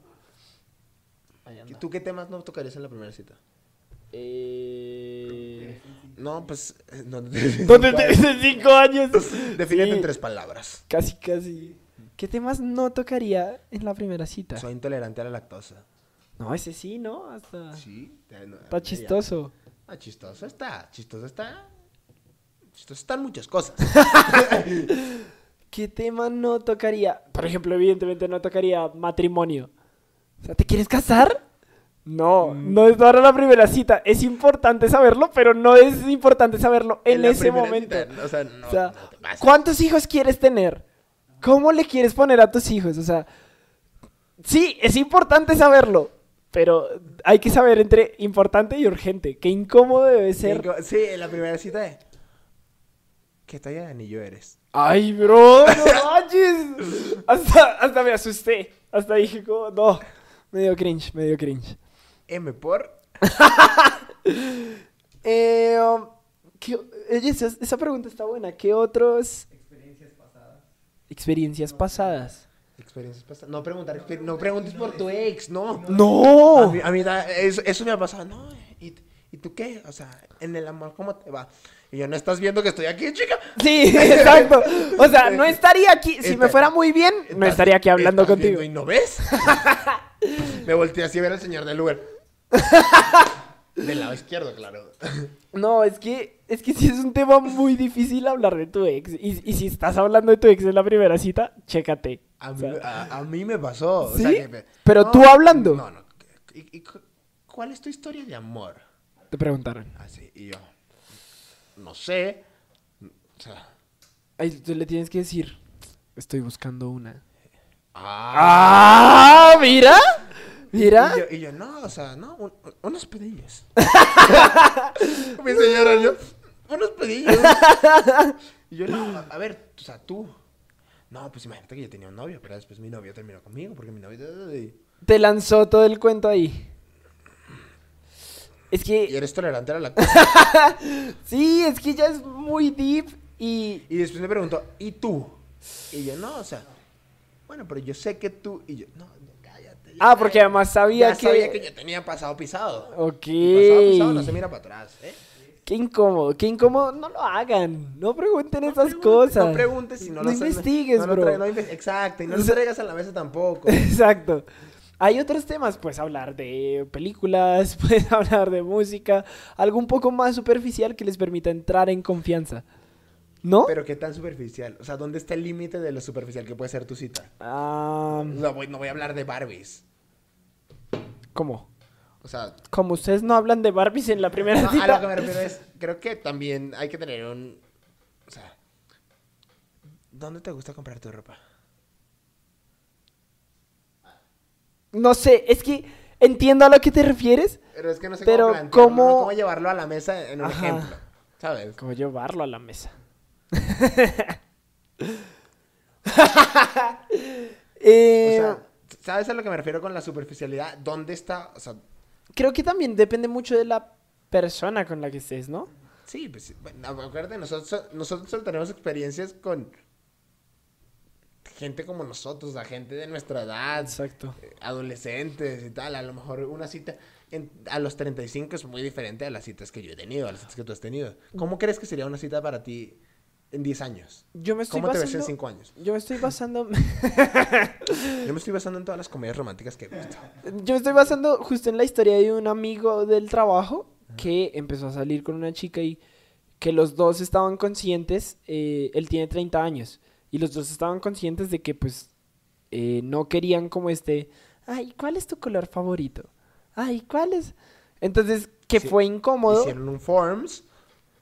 ¿Tú qué temas no tocarías en la primera cita? Eh... No, pues. eh, No, ¿Dónde te viste cinco años? Defínete Sí, en tres palabras. Casi, casi. ¿Qué temas no tocaría en la primera cita? Soy intolerante a la lactosa. No, ese sí, ¿no? Hasta... Sí. te- no, Está ya. Ah. chistoso. Ah, chistoso está. Chistoso está. Chistoso están muchas cosas. ¿Qué tema no tocaría? Por ejemplo, evidentemente no tocaría matrimonio. O sea, ¿te quieres casar? No, Mm. no es ahora la primera cita. Es importante saberlo, pero no es importante saberlo en, la ese primera momento. cita, o sea, no, o sea, no te pases. ¿cuántos hijos quieres tener? ¿Cómo le quieres poner a tus hijos? O sea, sí, es importante saberlo, pero hay que saber entre importante y urgente. Qué incómodo debe ser. Cinco- Sí, en la primera cita es. ¿Qué talla de anillo eres? Ay, bro, no manches. Hasta, hasta me asusté. Hasta dije, como, no. Medio cringe, medio cringe. M por. Eh, um, ¿qué o- oye, esa, esa pregunta está buena. ¿Qué otros. Experiencias pasadas. Experiencias pasadas. No preguntar, exper- no preguntes por tu ex, no. A ¡No! mí, a mí da- eso, eso me ha pasado, no. ¿Y, y tú qué? O sea, en el amor, ¿cómo te va? Y yo, ¿no estás viendo que estoy aquí, chica? Sí, exacto. O sea, no estaría aquí. Si me Está- fuera muy bien, no ¿Estás- estaría aquí hablando estás contigo. viendo ¿Y no ves? me volteé así a ver al señor del Uber. del lado izquierdo, claro. No, es que, es que sí es un tema muy difícil hablar de tu ex. Y, y si estás hablando de tu ex en la primera cita, chécate. A O mí, sea, a, a mí me pasó. o ¿Sí? sea, que me- Pero tú hablando. No, no. ¿Y, y cu- cuál es tu historia de amor? te preguntaron. Así, y yo, no sé. O sea, Ay, tú le tienes que decir, estoy buscando una. ah. ¡Ah! ¡Mira! ¿Mira? Y yo, y yo, no, o sea, no, un- un- unos pedillos. Mi señora, yo, unos pedillos. Y yo, no, a, a ver, o sea, tú. No, pues imagínate que yo tenía un novio, pero después mi novio terminó conmigo porque mi novio. Te lanzó todo el cuento ahí. Es Y que, eres tolerante a la lactosa. sí, es que ya es muy deep y... Y después me preguntó, ¿y tú? Y yo, no, o sea, bueno, pero yo sé que tú. Y yo, no, cállate. ya Ah, porque cállate". además sabía Ya que... sabía que yo tenía pasado pisado. Ok. Y pasado pisado no se mira para atrás, ¿eh? Qué incómodo, qué incómodo. No lo hagan. No pregunten esas preguntes, cosas. No preguntes si no, No lo sabes. investigues, No lo bro. tra- no inve- exacto, y no lo O sea- traigas a la mesa tampoco. Exacto. Hay otros temas, pues hablar de películas, puedes hablar de música, algo un poco más superficial que les permita entrar en confianza. ¿No? Pero qué tan superficial. O sea, ¿dónde está el límite de lo superficial que puede ser tu cita? Ah, No voy, no voy a hablar de Barbies. ¿Cómo? O sea, Como ustedes no hablan de Barbies en la primera no, a lo que me cita. refiero es, creo que también hay que tener un... O sea, ¿dónde te gusta comprar tu ropa? No sé, es que entiendo a lo que te refieres. Pero es que no sé Pero, cómo plantearlo, no ¿cómo- cómo llevarlo a la mesa en un Ajá. ejemplo. ¿Sabes? Como llevarlo a la mesa. O Eh, sea, ¿sabes a lo que me refiero con la superficialidad? ¿Dónde está? O sea, creo que también depende mucho de la persona con la que estés, ¿no? Sí, pues bueno, acuérdate, nosotros, nosotros solo tenemos experiencias con gente como nosotros, la gente de nuestra edad, Exacto. eh, adolescentes y tal. A lo mejor una cita en- a los 35 es muy diferente a las citas que yo he tenido, a las citas que tú has tenido. ¿Cómo crees que sería una cita para ti en 10 años? Yo me estoy ¿Cómo te ves en basando- 5 años? Yo me estoy basando. Yo me estoy basando en todas las comedias románticas que he visto. Yo me estoy basando justo en la historia de un amigo del trabajo que empezó a salir con una chica y que los dos estaban conscientes. eh, él tiene 30 años. Y los dos estaban conscientes de que, pues, eh, no querían como este. Ay, ¿cuál es tu color favorito? Ay, ¿cuál es? Entonces, que Sí. fue incómodo. Hicieron un forms,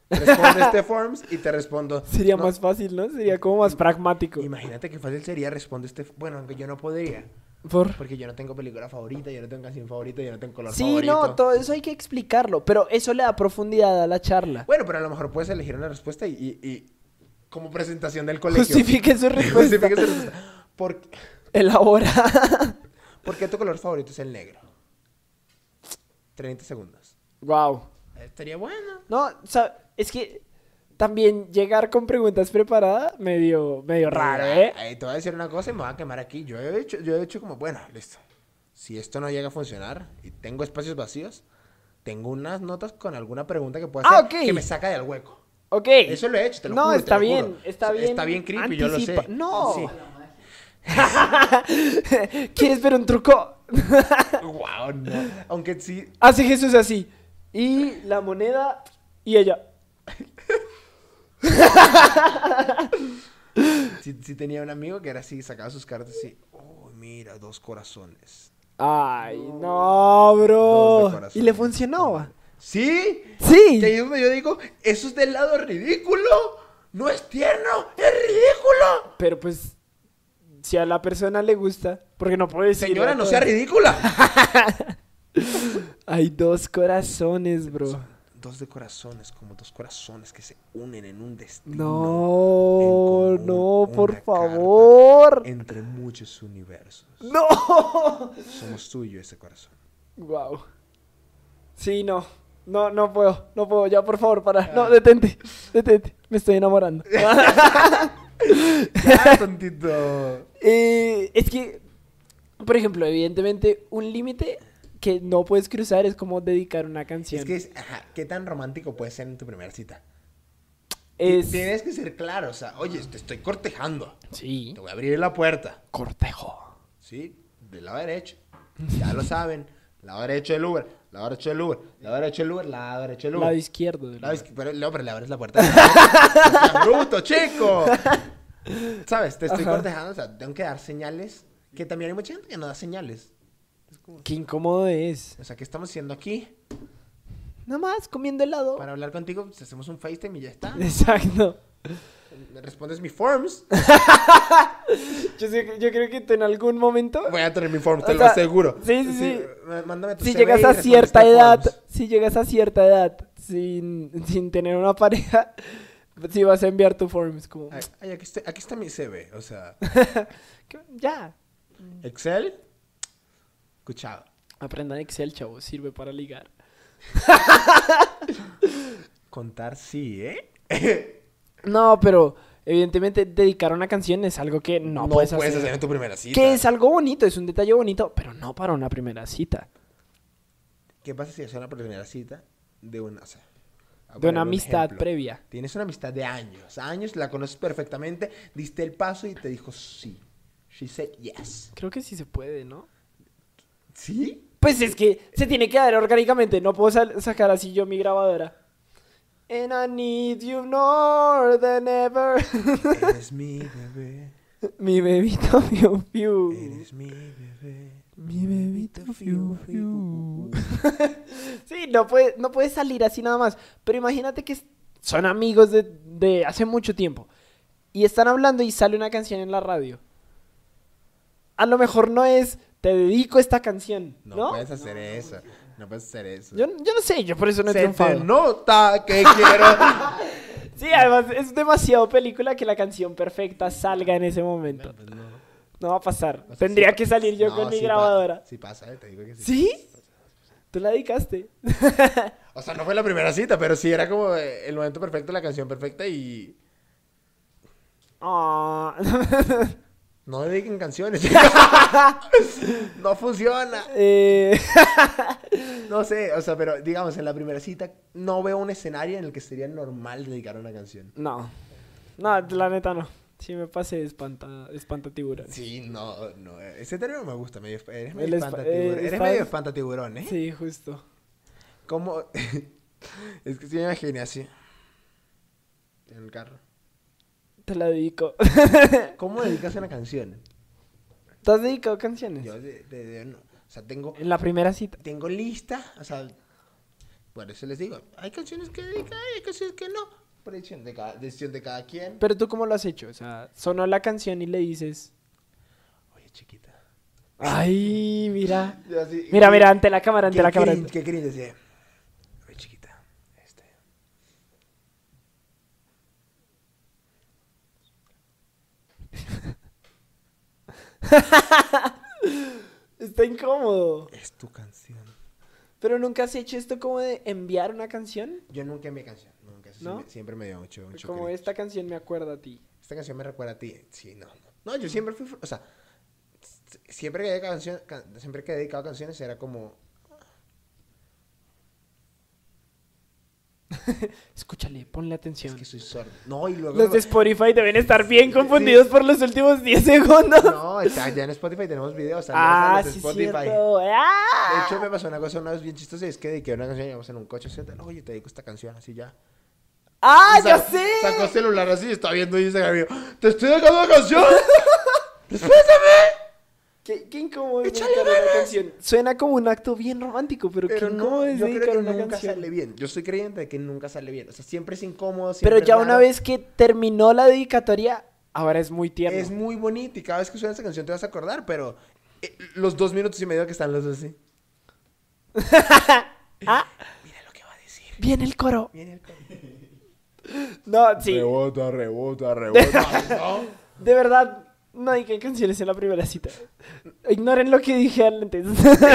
responde este forms y te respondo. Sería no, más fácil, ¿no? Sería como más pragmático. Imagínate qué fácil sería responde este. Bueno, aunque yo no podría. Por... Porque yo no tengo película favorita, yo no tengo canción favorita, yo no tengo color Sí, favorito. no, todo eso hay que explicarlo. Pero eso le da profundidad a la charla. Bueno, pero a lo mejor puedes elegir una respuesta y, y- y como presentación del colegio. Justifique su respuesta. Justifique su respuesta. ¿Por, Elabora. por qué tu color favorito es el negro? 30 segundos. wow. Estaría bueno. No, o sea, es que también llegar con preguntas preparadas medio, medio raro, Mira, ¿eh? ahí te voy a decir una cosa y me voy a quemar aquí. Yo he hecho, yo he hecho como, bueno, listo. Si esto no llega a funcionar y tengo espacios vacíos, tengo unas notas con alguna pregunta que pueda Ah, hacer ok. que me saca del hueco. Ok. Eso lo he hecho, te lo no, juro. te está lo bien, juro. está bien. Está bien creepy, yo lo Anticipa- sé. No. Sí. ¿Quieres ver un truco? Wow, no. Aunque sí. Hace Jesús así. Y la moneda y ella. Sí, sí tenía un amigo que era así, sacaba sus cartas así. Oh, mira, dos corazones. Ay, no, Dos de bro. corazón. Oh, Y le funcionaba. ¿Sí? Sí. Y ahí es donde yo digo, eso es del lado ridículo. No es tierno, es ridículo. Pero pues, si a la persona le gusta, porque no puede decir. Señora, no sea ridícula. Hay dos corazones, bro. Dos de corazones, como dos corazones que se unen en un destino. No, en común, no, una por carta. favor. Entre muchos universos. No. Somos tuyo ese corazón. Wow. Sí, no. No, no puedo, no puedo, ya por favor, para. No, detente, detente, me estoy enamorando. Ah, tontito. Eh, es que, por ejemplo, evidentemente, un límite que no puedes cruzar es como dedicar una canción. Es que es, ajá, ¿qué tan romántico puede ser en tu primera cita? Es- Tienes que ser claro, o sea, oye, te estoy cortejando. Sí, Te voy a abrir la puerta, cortejo. ¿sí? Del lado derecho. Ya lo saben. Lado derecho del Uber, lado derecho del Uber, lado derecho del Uber, lado derecho del Uber. Lado izquierdo. del- Lado izqui- pero, no, pero le abres la puerta. ¡Seas ¡Bruto, chico! ¿Sabes? Te estoy Ajá. cortejando, o sea, tengo que dar señales. Que también hay mucha gente que no da señales. Qué incómodo es. O sea, ¿qué estamos haciendo aquí? Nada más comiendo helado. Para hablar contigo, pues, hacemos un FaceTime y ya está. Exacto. Me Respondes mi forms. Yo, sé que- yo creo que tú en algún momento, Voy a tener mi form, te O lo sea, aseguro. sí, sí, sí. ma- Mándame tu si CV llegas y a respondes cierta mi edad, forms. si llegas a cierta edad sin, sin tener una pareja, si vas a enviar tu form, es como, Ay, ay, aquí, está, aquí está mi CV, o sea, "¿Qué? ya. Excel, escuchado. Aprendan Excel, chavos, sirve para ligar. Contar sí, ¿eh? No, pero evidentemente dedicar una canción es algo que no, puedes, hacer. en tu primera cita. Que es algo bonito, es un detalle bonito, pero no para una primera cita. ¿Qué pasa si es una primera cita de una, o sea, a De poner un una amistad ejemplo. previa. Tienes una amistad de años, años, la conoces perfectamente, diste el paso y te dijo sí. She said yes. Creo que sí se puede, ¿no? ¿Sí? Pues es que se tiene que dar orgánicamente. No puedo sal- sacar así yo mi grabadora. And I need you more than ever. Eres mi bebé, mi bebito fiu fiu. eres mi bebé. Mi bebito fiu fiu. sí, no puede, no puede salir así nada más. Pero imagínate que es- son amigos de, de hace mucho tiempo. Y están hablando y sale una canción en la radio. A lo mejor no es te dedico esta canción. No, No, puedes hacer eso, no puedes hacer eso. Yo, yo no sé, yo por eso no he Se te triunfado. nota que quiero. Sí, además es demasiado película que la canción perfecta salga en ese momento. No va a pasar. O sea, Tendría sí que pa- salir yo no, con mi sí grabadora. pasa, sí pasa, eh, te digo que sí. ¿Sí? Tú la dedicaste. O sea, no fue la primera cita, pero sí era como eh, el momento perfecto, la canción perfecta y... Ah. No dediquen canciones. no funciona. Eh, No sé, o sea, pero digamos, en la primera cita no veo un escenario en el que sería normal dedicar una canción. No. No, la neta no. Sí me pasé de espanta, espanta tiburón. Sí. Sí, no, no. eh, Ese término me gusta. Medio, eres El medio espa- espantatiburón. eh, Eres espan- medio espantatiburón, ¿eh? justo. ¿Cómo? es que sí me imaginé así. En el carro. Te la dedico. ¿Cómo dedicas una canción? ¿Te has dedicado canciones? Yo, de- de- de- no. o sea, tengo, En la primera cita. tengo lista, o sea, por eso les digo, hay canciones que dedicar, hay canciones que no, por decisión de cada, decisión de cada quien. Pero tú cómo lo has hecho? O sea, sonó la canción y le dices, Oye, chiquita. "Ay, mira." Yo así- Mira, y- mira, ante la cámara, ante qué la cámara. cringe, Qué cringe, así. Oye, chiquita, este... Está incómodo. Es tu canción. Pero nunca has hecho esto como de enviar una canción. Yo nunca envié canción, nunca. eso sí ¿No? me- siempre me dio mucho, mucho Como cringe. esta canción me acuerda a ti. Esta canción me recuerda a ti. Sí, no. No, No, yo siempre fui. fr- O sea, s- siempre que, he dedicado cancio- can- siempre que he dedicado canciones era como. Escúchale, ponle atención. Es que soy sordo. No, y luego. Los de Spotify deben estar bien confundidos por los últimos 10 segundos. No, está, ya en Spotify tenemos videos. saludos ah, a los de sí, Spotify. cierto. ¡Ah! De hecho, me pasó una cosa una vez bien chistosa y es que dediqué una canción y íbamos en un coche. así, Oye, te dedico esta canción, así ya. ¡Ah, Y ya sa- sé! Sacó celular así y está viendo Instagram y yo, ¡Te estoy dedicando una canción! ¡Respétame! Qué, qué incómodo es Échale dedicar una ganas. canción. Suena como un acto bien romántico, pero, Pero qué no, incómodo es yo creo dedicar que una nunca canción. sale bien. Yo soy creyente de que nunca sale bien. O sea, siempre es incómodo. Pero siempre es ya una raro. vez que terminó la dedicatoria, ahora es muy tierno. Es muy bonito y cada vez que suena esa canción te vas a acordar, pero eh, los dos minutos y medio que están los dos así. Ah, Mira lo que va a decir. viene el coro. Viene el coro. No, sí. Rebota, rebota, rebota. ¿no? De verdad, no hay que canciones en la primera cita. Ignoren lo que dije antes.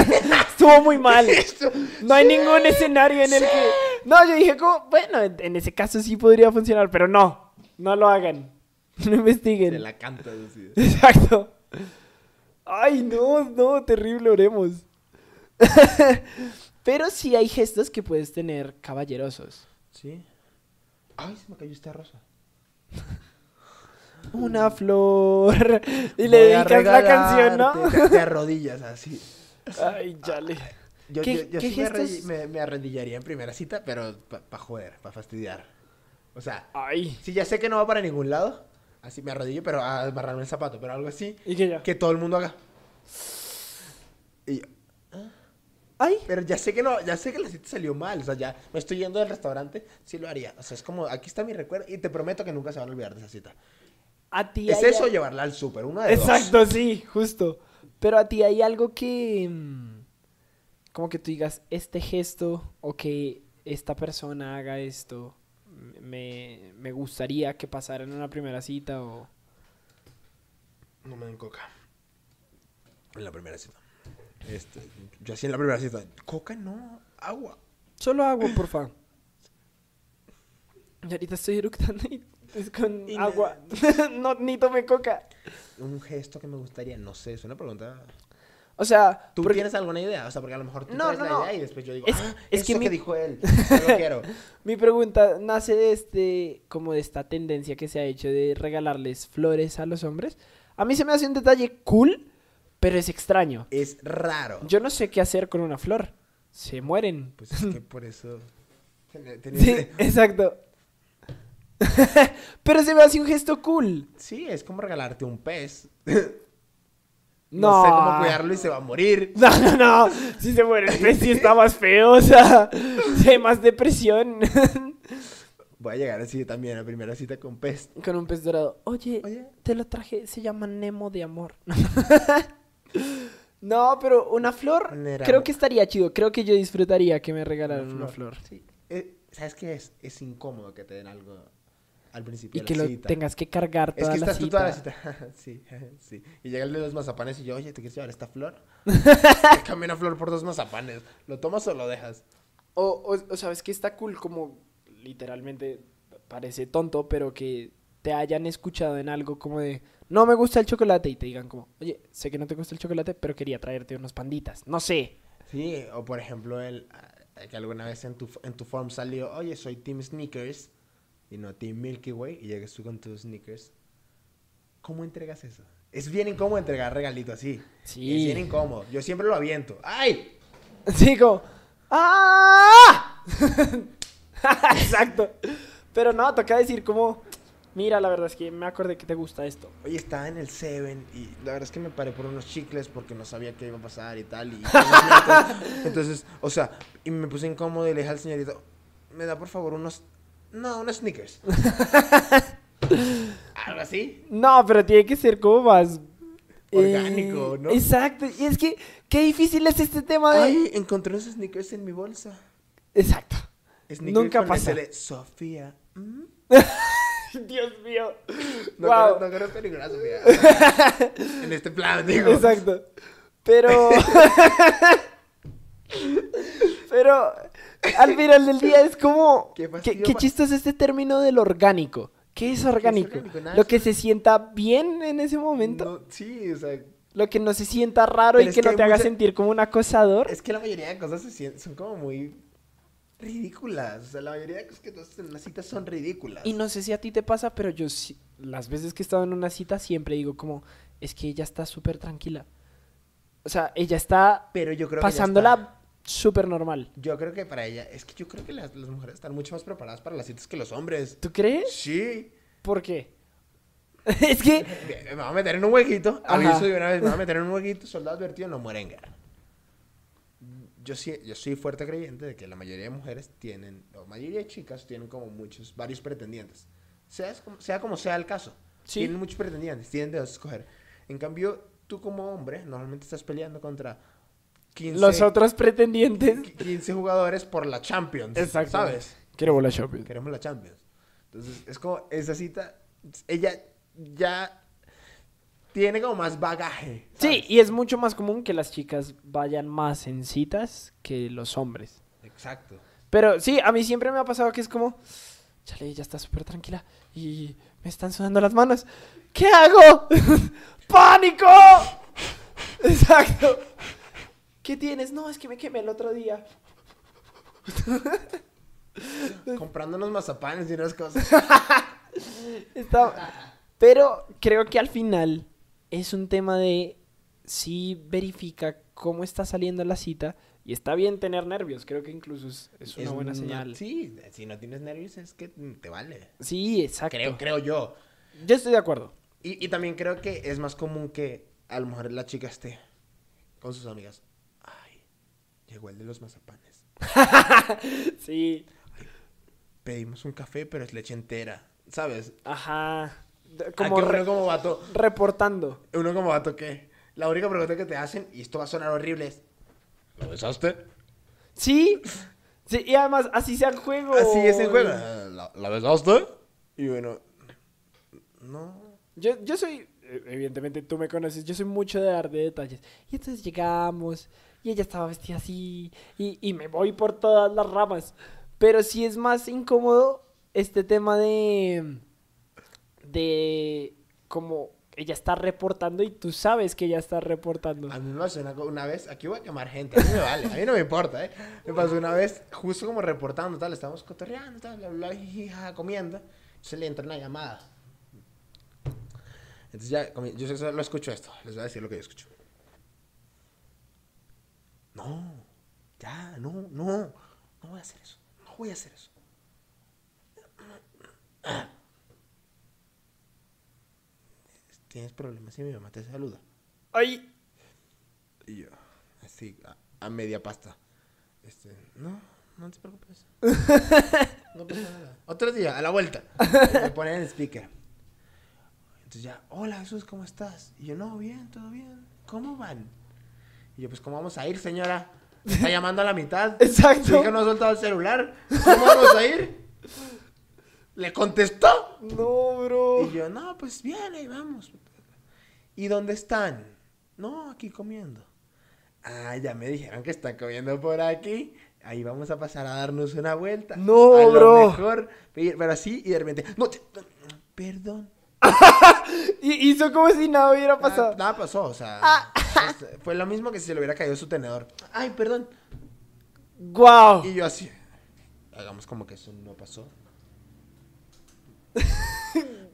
Estuvo muy mal. Esto- No hay ningún escenario en el que. No, yo dije como, bueno, en en ese caso sí podría funcionar, pero no. No lo hagan. No Te investiguen. la cantas así. Exacto. Ay, no, no, terrible, oremos. pero sí hay gestos que puedes tener caballerosos. ¿Sí? Ay, se me cayó esta rosa. Una flor. Y le Voy a dedicas la canción, regalarte, ¿no? Te, te arrodillas así. Ay, chale. Yo, ¿Qué- yo, yo qué sí me, arre- gestos? me, me arrodillaría en primera cita, pero para joder, para fastidiar. O sea, Ay. si ya sé que no va para ningún lado, así me arrodillo, pero a amarrarme el zapato, pero algo así, ¿Y qué ya? que todo el mundo haga. Y yo, Ay. Pero ya sé que no, ya sé que la cita salió mal, o sea, ya me estoy yendo del restaurante, sí lo haría. O sea, es como, aquí está mi recuerdo y te prometo que nunca se van a olvidar de esa cita. A ti Es hay eso a- o llevarla al súper, una de dos. Exacto, sí, justo. Pero a ti hay algo que. mm, Como que tú digas, este gesto o que esta persona haga esto. m- Me, me gustaría que pasara en una primera cita o. No me den coca. En la primera cita. Este, yo así en la primera cita. Coca no, agua. Solo agua, por favor. Y ahorita estoy eructando y es con Y na- agua. no, ni tomé coca. Un gesto que me gustaría, no sé, es una pregunta. O sea, ¿Tú porque- tienes alguna idea? O sea, porque a lo mejor tú No, traes no, la no. idea y después yo digo, Es- ah, es eso que que, mi- dijo él, no lo quiero. Mi pregunta nace de este, como de esta tendencia que se ha hecho de regalarles flores a los hombres. A mí se me hace un detalle cool, pero es extraño. Es raro. Yo no sé qué hacer con una flor. Se mueren. Pues es que por eso... Ten- tenía Sí, idea. exacto. pero se me hace un gesto cool. Sí, es como regalarte un pez. No. No, sé cómo cuidarlo y se va a morir. Ah. No, no, no. Si se muere el pez, sí está más feo. O sea, sí hay más depresión. Voy a llegar así también a la primera cita con pez. Con un pez dorado. Oye, Oye. te lo traje. Se llama Nemo de amor. no, pero una flor. Nera- Creo que estaría chido. Creo que yo disfrutaría que me regalaran una flor. Sí. Eh, ¿Sabes qué es? Es incómodo que te den algo al principio Y de que la lo cita. tengas que cargar Es toda que la estás tú cita. toda la cita. sí, sí. Y llega el de los mazapanes y yo, oye, ¿te quieres llevar esta flor? Cambia una flor por dos mazapanes. ¿Lo tomas o lo dejas? O, o- o sabes que está cool como literalmente parece tonto, pero que te hayan escuchado en algo como de no me gusta el chocolate y te digan como, oye, sé que no te gusta el chocolate, pero quería traerte unos panditas. No sé. Sí, o por ejemplo, el ah, que alguna vez en tu, en tu form salió, oye, soy Team Sneakers y no Team Milky Way, y llegas tú con tus sneakers. ¿Cómo entregas eso? Es bien incómodo entregar regalito así. Sí. Es bien incómodo. Yo siempre lo aviento. ¡Ay! Sí, como, ¡Ah! Exacto. Pero no, toca decir como, mira, la verdad es que me acordé que te gusta esto. Oye, estaba en el Seven y la verdad es que me paré por unos chicles porque no sabía qué iba a pasar y tal. Y entonces, o sea, y me puse incómodo y le dije al señorito, me da por favor unos... No, unos sneakers. Algo así. No, pero tiene que ser como más... eh, Orgánico, ¿no? Exacto. Y es que, qué difícil es este tema de... Ay, encontré unos sneakers en mi bolsa. Exacto. Sneakers Nunca con la pasa. tele, Sofía. ¿Mm? Dios mío. No, Wow. creo- no creo que ninguna Sofía. en este plan, digo. Exacto. Pero. Pero al final del día es como. Qué Qué, fastidio qué pa- chistoso es este término del orgánico. ¿Qué es orgánico? orgánico? Nada Lo es- que se sienta bien en ese momento. No, sí, o sea, Lo que no se sienta raro Pero y es que que no hay te haga mucha- sentir como un acosador. es que la mayoría de cosas se sien- son como muy ridículas. O sea, la mayoría de cosas que tú haces en una cita son ridículas. Y no sé si a ti te pasa, pero yo sí- las veces que he estado en una cita siempre digo como, es que ella está súper tranquila. O sea, ella está Pero yo creo que ya está. pasándola súper normal. Yo creo que para ella, es que yo creo que las, las mujeres están mucho más preparadas para las citas que los hombres. ¿Tú crees? Sí. ¿Por qué? es que... Bien, Me va a meter en un huequito. Ajá. Aviso de una vez, me va a meter en un huequito. Soldado advertido, no morenga. Yo sí, yo soy fuerte creyente de que la mayoría de mujeres tienen, o mayoría de chicas tienen como muchos, varios pretendientes. Sea como sea, como sea el caso. Sí. Tienen muchos pretendientes, tienen de dónde escoger. En cambio, tú como hombre, normalmente estás peleando contra 15, Los otros pretendientes. 15 jugadores por la Champions. Exacto. ¿Sabes? Quiero bola shopping. Queremos la Champions. Entonces, es como esa cita, ella ya tiene como más bagaje. Sí, ¿sabes? y es mucho más común que las chicas vayan más en citas que los hombres. Exacto. Pero sí, a mí siempre me ha pasado que es como, chale, ella está súper tranquila y me están sudando las manos. ¿Qué hago? ¡Pánico! Exacto. ¿Qué tienes? No, es que me quemé el otro día. Comprando unos mazapanes y unas cosas. Está- Pero creo que al final es un tema de si verifica cómo está saliendo la cita y está bien tener nervios. Creo que incluso es, es una buena no- señal. Sí, Sí, si no tienes nervios es que te vale. exacto. Creo, creo yo. Yo estoy de acuerdo. Y, y también creo que es más común que a lo mejor la chica esté con sus amigas. Ay, llegó el de los mazapanes. Sí, Pedimos un café, pero es leche entera. ¿Sabes? ajá. De- Como, Como re- como vato. reportando. Uno como vato que la única pregunta que te hacen, y esto va a sonar horrible, es ¿Lo besaste? Sí. sí, y además, así sea el juego. Así es el juego. ¿La, la besaste? Y bueno, no. Yo, yo soy, eh, evidentemente tú me conoces, yo soy mucho de dar de detalles. Y entonces llegamos, y ella estaba vestida así, y, y me voy por todas las ramas. Pero sí es más incómodo este tema de. de. como ella está reportando y tú sabes que ella está reportando. A mí me pasó una, co- una vez, aquí voy a quemar gente, a mí me vale, a mí no me importa, ¿eh? Me pasó una vez, justo como reportando, tal, estábamos cotorreando, tal, bla, bla, jiji, jaja, comiendo, se le entra una llamada. Entonces ya, comi- yo solo lo escucho esto, les voy a decir lo que yo escucho. No, ya, no, no, no voy a hacer eso, no voy a hacer eso. ¿Tienes problemas si mi mamá te saluda? Ay, Y yo, así, a, a media pasta. Este, no, no te preocupes. No pasa nada. Otro día, a la vuelta. Me ponen en el speaker. Entonces ya, hola Jesús, ¿cómo estás? Y yo, no, bien, todo bien. ¿Cómo van? Y yo, pues, ¿cómo vamos a ir, señora? Me está llamando a la mitad. Exacto. Su hija no ha soltado el celular. ¿Cómo vamos a ir? Le contestó. no, bro. Y yo, no, pues bien, ahí vamos. ¿Y dónde están? No, aquí comiendo. Ah, ya me dijeron que están comiendo por aquí. Ahí vamos a pasar a darnos una vuelta. No, a bro. Lo mejor. Pero pero así, y de repente, no, te- no, no, perdón. Y hizo como si nada hubiera Nada- pasado. Nada, pasó, o sea. Ah. este, fue lo mismo que si se le hubiera caído su tenedor. Ay, perdón. ¡Guau! Y yo así. Hagamos como que eso no pasó.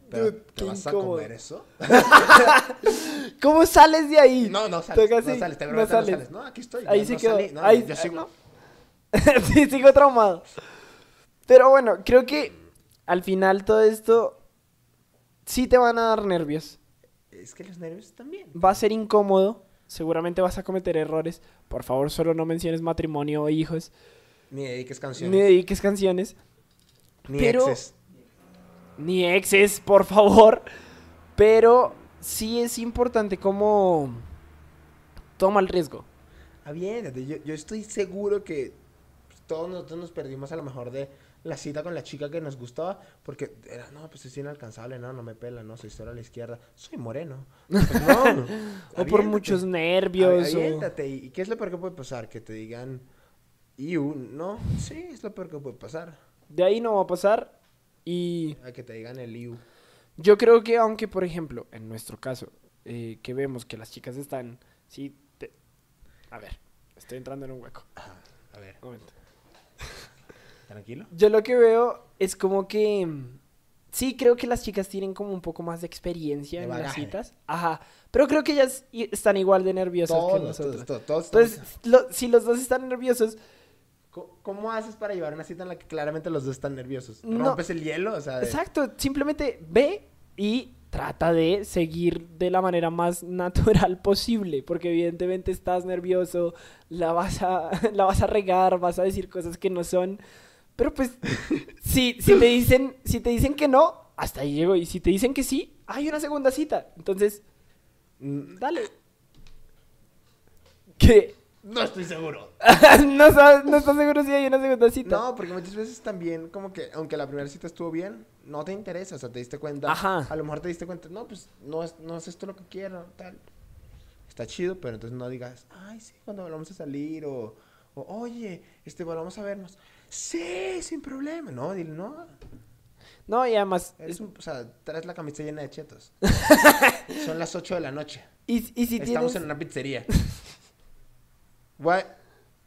Pero, Dude, ¿Te qué vas a incómodo. comer eso? ¿Cómo sales de ahí? No, no sales. Toca no así, sales, te no prometo, no sales. sales. No, aquí estoy. Ahí no, sí no quedó. salí, no, Ahí- ah, yo sigo. no. sí, sigo traumado. Pero bueno, creo que al final todo esto sí te van a dar nervios. Es que los nervios también. Va a ser incómodo. Seguramente vas a cometer errores. Por favor, solo no menciones matrimonio o hijos. Ni dediques Ni canciones. dediques canciones. Ni, pero- exes. Ni exes, por favor. Pero sí es importante como... Toma el riesgo. Aviéntate, Ah, yo, yo estoy seguro que todos nosotros nos perdimos a lo mejor de la cita con la chica que nos gustaba, porque era, no, pues es inalcanzable, no, no me pela, no, soy solo a la izquierda, soy moreno. Pues no, O por aviéntate. muchos nervios. o- Aviéntate, ¿y qué es lo peor que puede pasar? Que te digan, you, no, sí, es lo peor que puede pasar. De ahí no va a pasar. Y A que te digan el you. yo creo que aunque, por ejemplo, en nuestro caso, eh, que vemos que las chicas están... Sí, te- A ver, estoy entrando en un hueco. A ver. Un momento. Tranquilo. Yo lo que veo es como que. mm, Sí, creo que las chicas tienen como un poco más de experiencia De en las bagaje. citas. Ajá. Pero creo que ellas i- están igual de nerviosas que Todos, nosotros. Pues, todos, todos, todos Entonces, estamos- lo- si los dos están nerviosos, Co- ¿Cómo haces para llevar una cita en la que claramente los dos están nerviosos? No. ¿Rompes el hielo? O sea, de- exacto, simplemente ve y trata de seguir de la manera más natural posible, porque evidentemente estás nervioso, la vas a, la vas a regar, vas a decir cosas que no son, pero pues si, si te dicen, si te dicen que no, hasta ahí llego, y si te dicen que sí, hay una segunda cita, entonces Mm, dale. ¿Qué? No estoy seguro. no, sabes- no estás seguro si hay una segunda cita. No, porque muchas veces también, como que, aunque la primera cita estuvo bien, no te interesa, o sea, te diste cuenta. Ajá. A lo mejor te diste cuenta, no, pues no es, no es esto lo que quiero, tal. Está chido, pero entonces no digas, ay, sí, cuando volvamos a salir, o, o, oye, este, volvamos a vernos. Sí, sin problema. No, dile, no. No, y además, Eres un- o sea, traes la camisa llena de chetos. Son las 8 de la noche. y, y si Estamos tienes... en una pizzería. What?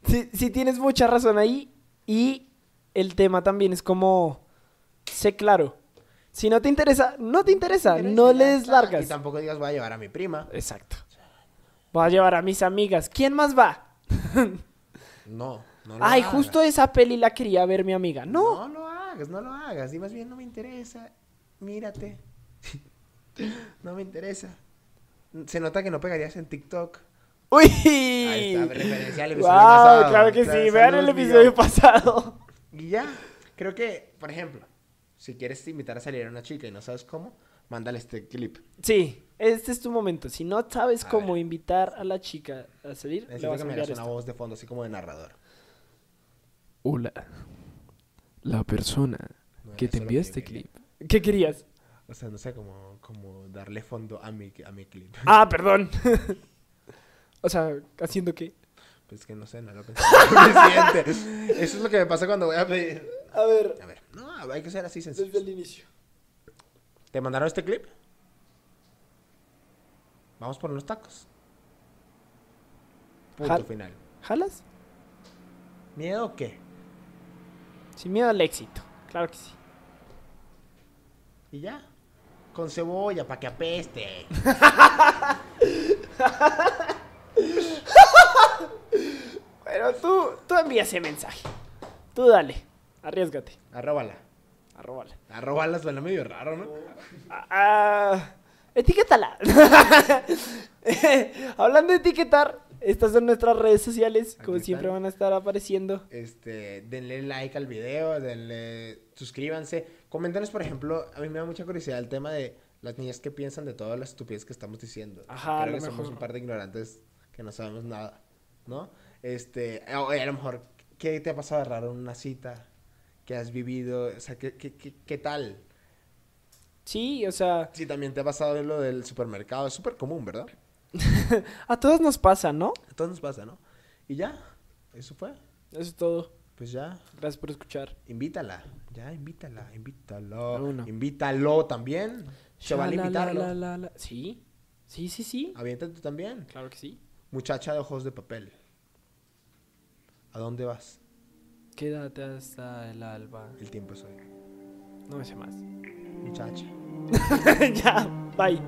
Sí, sí tienes mucha razón ahí. Y el tema también es como, sé claro. Si no te interesa, no te interesa. No le des Ah, Y largas. tampoco digas, voy a llevar a mi prima. Exacto. Voy a llevar a mis amigas. ¿Quién más va? No, no lo Ay, hagas. justo esa peli la quería ver mi amiga. No. No lo hagas, no lo hagas. Y más bien, no me interesa. Mírate. no me interesa. Se nota que no pegarías en TikTok. Uy. Ahí está, referencia al wow, episodio pasado. claro que Claro, sí. Vean el saludos, episodio Miguel. pasado. Y ya, creo que, por ejemplo, si quieres invitar a salir a una chica y no sabes cómo, mándale este clip. Sí, este es tu momento. Si no sabes A cómo ver. invitar a la chica a salir, le Necesito vas que a me enviar hagas una esto. voz de fondo, así como de narrador. Hola. La persona No, que eso te es lo envió que yo este quería. ¿Qué querías? O sea, no sé, como, como darle fondo a mi, a mi clip. Ah, perdón. o sea, haciendo qué. Pues que no sé, no lo pensé suficiente. Eso es lo que me pasa cuando voy a pedir. A ver, A ver, no, hay que ser así desde sencillo. el inicio. ¿Te mandaron este clip? Vamos por unos tacos. Punto Jal- final. ¿Jalas? ¿Miedo o qué? Sin miedo al éxito. Claro que sí. Y ya. Con cebolla, para que apeste. Pero tú, tú envía ese mensaje. Tú dale. Arriesgate. Arróbala. Arróbala. Arróbala suena medio raro, ¿no? Ah, ah, etiquétala. Hablando de etiquetar, estas son nuestras redes sociales. Como Aquí siempre están. van a estar apareciendo. Este, denle like al video, denle, suscríbanse. Coméntenos, por ejemplo, a mí me da mucha curiosidad el tema de las niñas que piensan de todas las estupidez que estamos diciendo. Ajá, a Creo lo que somos mejor. un par de ignorantes que no sabemos nada, ¿no? Este, a- oye, a lo mejor, ¿qué te ha pasado de raro en una cita? ¿Qué has vivido? O sea, ¿qué, qué, qué, qué tal? Sí, o sea, Sí, también te ha pasado lo del supermercado. Es súper común, ¿verdad? a todos nos pasa, ¿no? A todos nos pasa, ¿no? Y ya, eso fue. Eso es todo. Pues ya, Gracias por escuchar. Invítala, ya, invítala, A una. invítalo. Invítalo también. Se vale La, invitarlo. la, la. Sí, sí, sí, sí. Aviéntate tú también. Claro que sí. Muchacha de ojos de papel. ¿A dónde vas? Quédate hasta el alba. El tiempo es hoy. No me sé más. Muchacha. ya, bye.